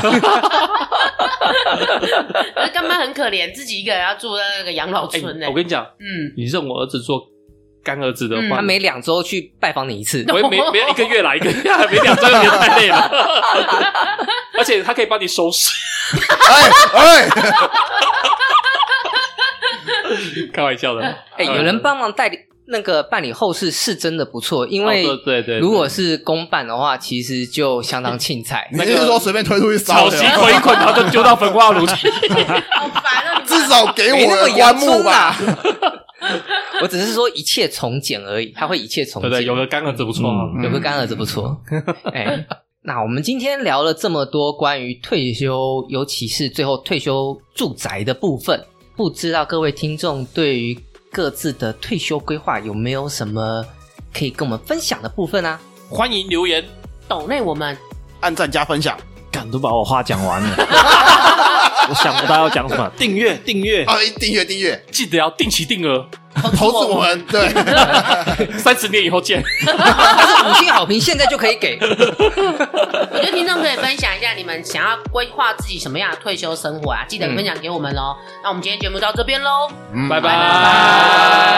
[SPEAKER 8] 我干妈很可怜，自己一个人要住在那个养老
[SPEAKER 4] 哎、
[SPEAKER 8] 村呢、
[SPEAKER 4] 我跟你讲，
[SPEAKER 8] 嗯，
[SPEAKER 4] 你认我儿子做干儿子的
[SPEAKER 8] 嗯
[SPEAKER 4] 话，
[SPEAKER 6] 她每两周去拜访你一次。
[SPEAKER 4] 我也没没有一个月啦，一个月 *laughs* 还没两周有点太累了， *laughs* 而且他可以帮你收拾。
[SPEAKER 7] *laughs*
[SPEAKER 4] *laughs*
[SPEAKER 7] 哎哎，
[SPEAKER 4] 开玩笑的，
[SPEAKER 6] 哎、有人帮忙代理那个办理后事是真的不错，因为
[SPEAKER 4] 哦对对对
[SPEAKER 6] 如果是公办的话，其实就相当庆菜。
[SPEAKER 7] 你是说随便推出去烧
[SPEAKER 4] 草席
[SPEAKER 7] 的？
[SPEAKER 4] 捆一捆，然后就丢到焚化炉去。
[SPEAKER 8] 好烦啊！你们
[SPEAKER 7] 至少给
[SPEAKER 6] 没那
[SPEAKER 7] 我
[SPEAKER 6] 么
[SPEAKER 7] 的棺
[SPEAKER 6] 阳
[SPEAKER 7] 木
[SPEAKER 6] 春
[SPEAKER 7] 吧 *laughs*
[SPEAKER 6] 啦。。我只是说一切从简而已，他会一切从
[SPEAKER 4] 对
[SPEAKER 6] 简。
[SPEAKER 4] 对，有个干儿子不错啊。
[SPEAKER 7] 嗯
[SPEAKER 6] 有个干儿子
[SPEAKER 7] *laughs*
[SPEAKER 6] 不错。哎、那我们今天聊了这么多关于退休，尤其是最后退休住宅的部分，不知道各位听众对于各自的退休规划有没有什么可以跟我们分享的部分啊？
[SPEAKER 4] 欢迎留言，
[SPEAKER 8] 抖内我们
[SPEAKER 7] 按赞加分享
[SPEAKER 1] 敢都把我话讲完了，我想不到要讲什么。订阅，订阅，
[SPEAKER 7] 啊！订阅订阅，
[SPEAKER 4] 记得要定期定额，
[SPEAKER 7] 投资我们对。
[SPEAKER 4] 三十年以后见。
[SPEAKER 6] 但是五星好评现在就可以给，
[SPEAKER 8] *laughs* 我觉得听众可以分享一下你们想要规划自己什么样的退休生活啊，记得分享给我们哦。那我们今天节目到这边喽，
[SPEAKER 4] 拜
[SPEAKER 8] 拜拜。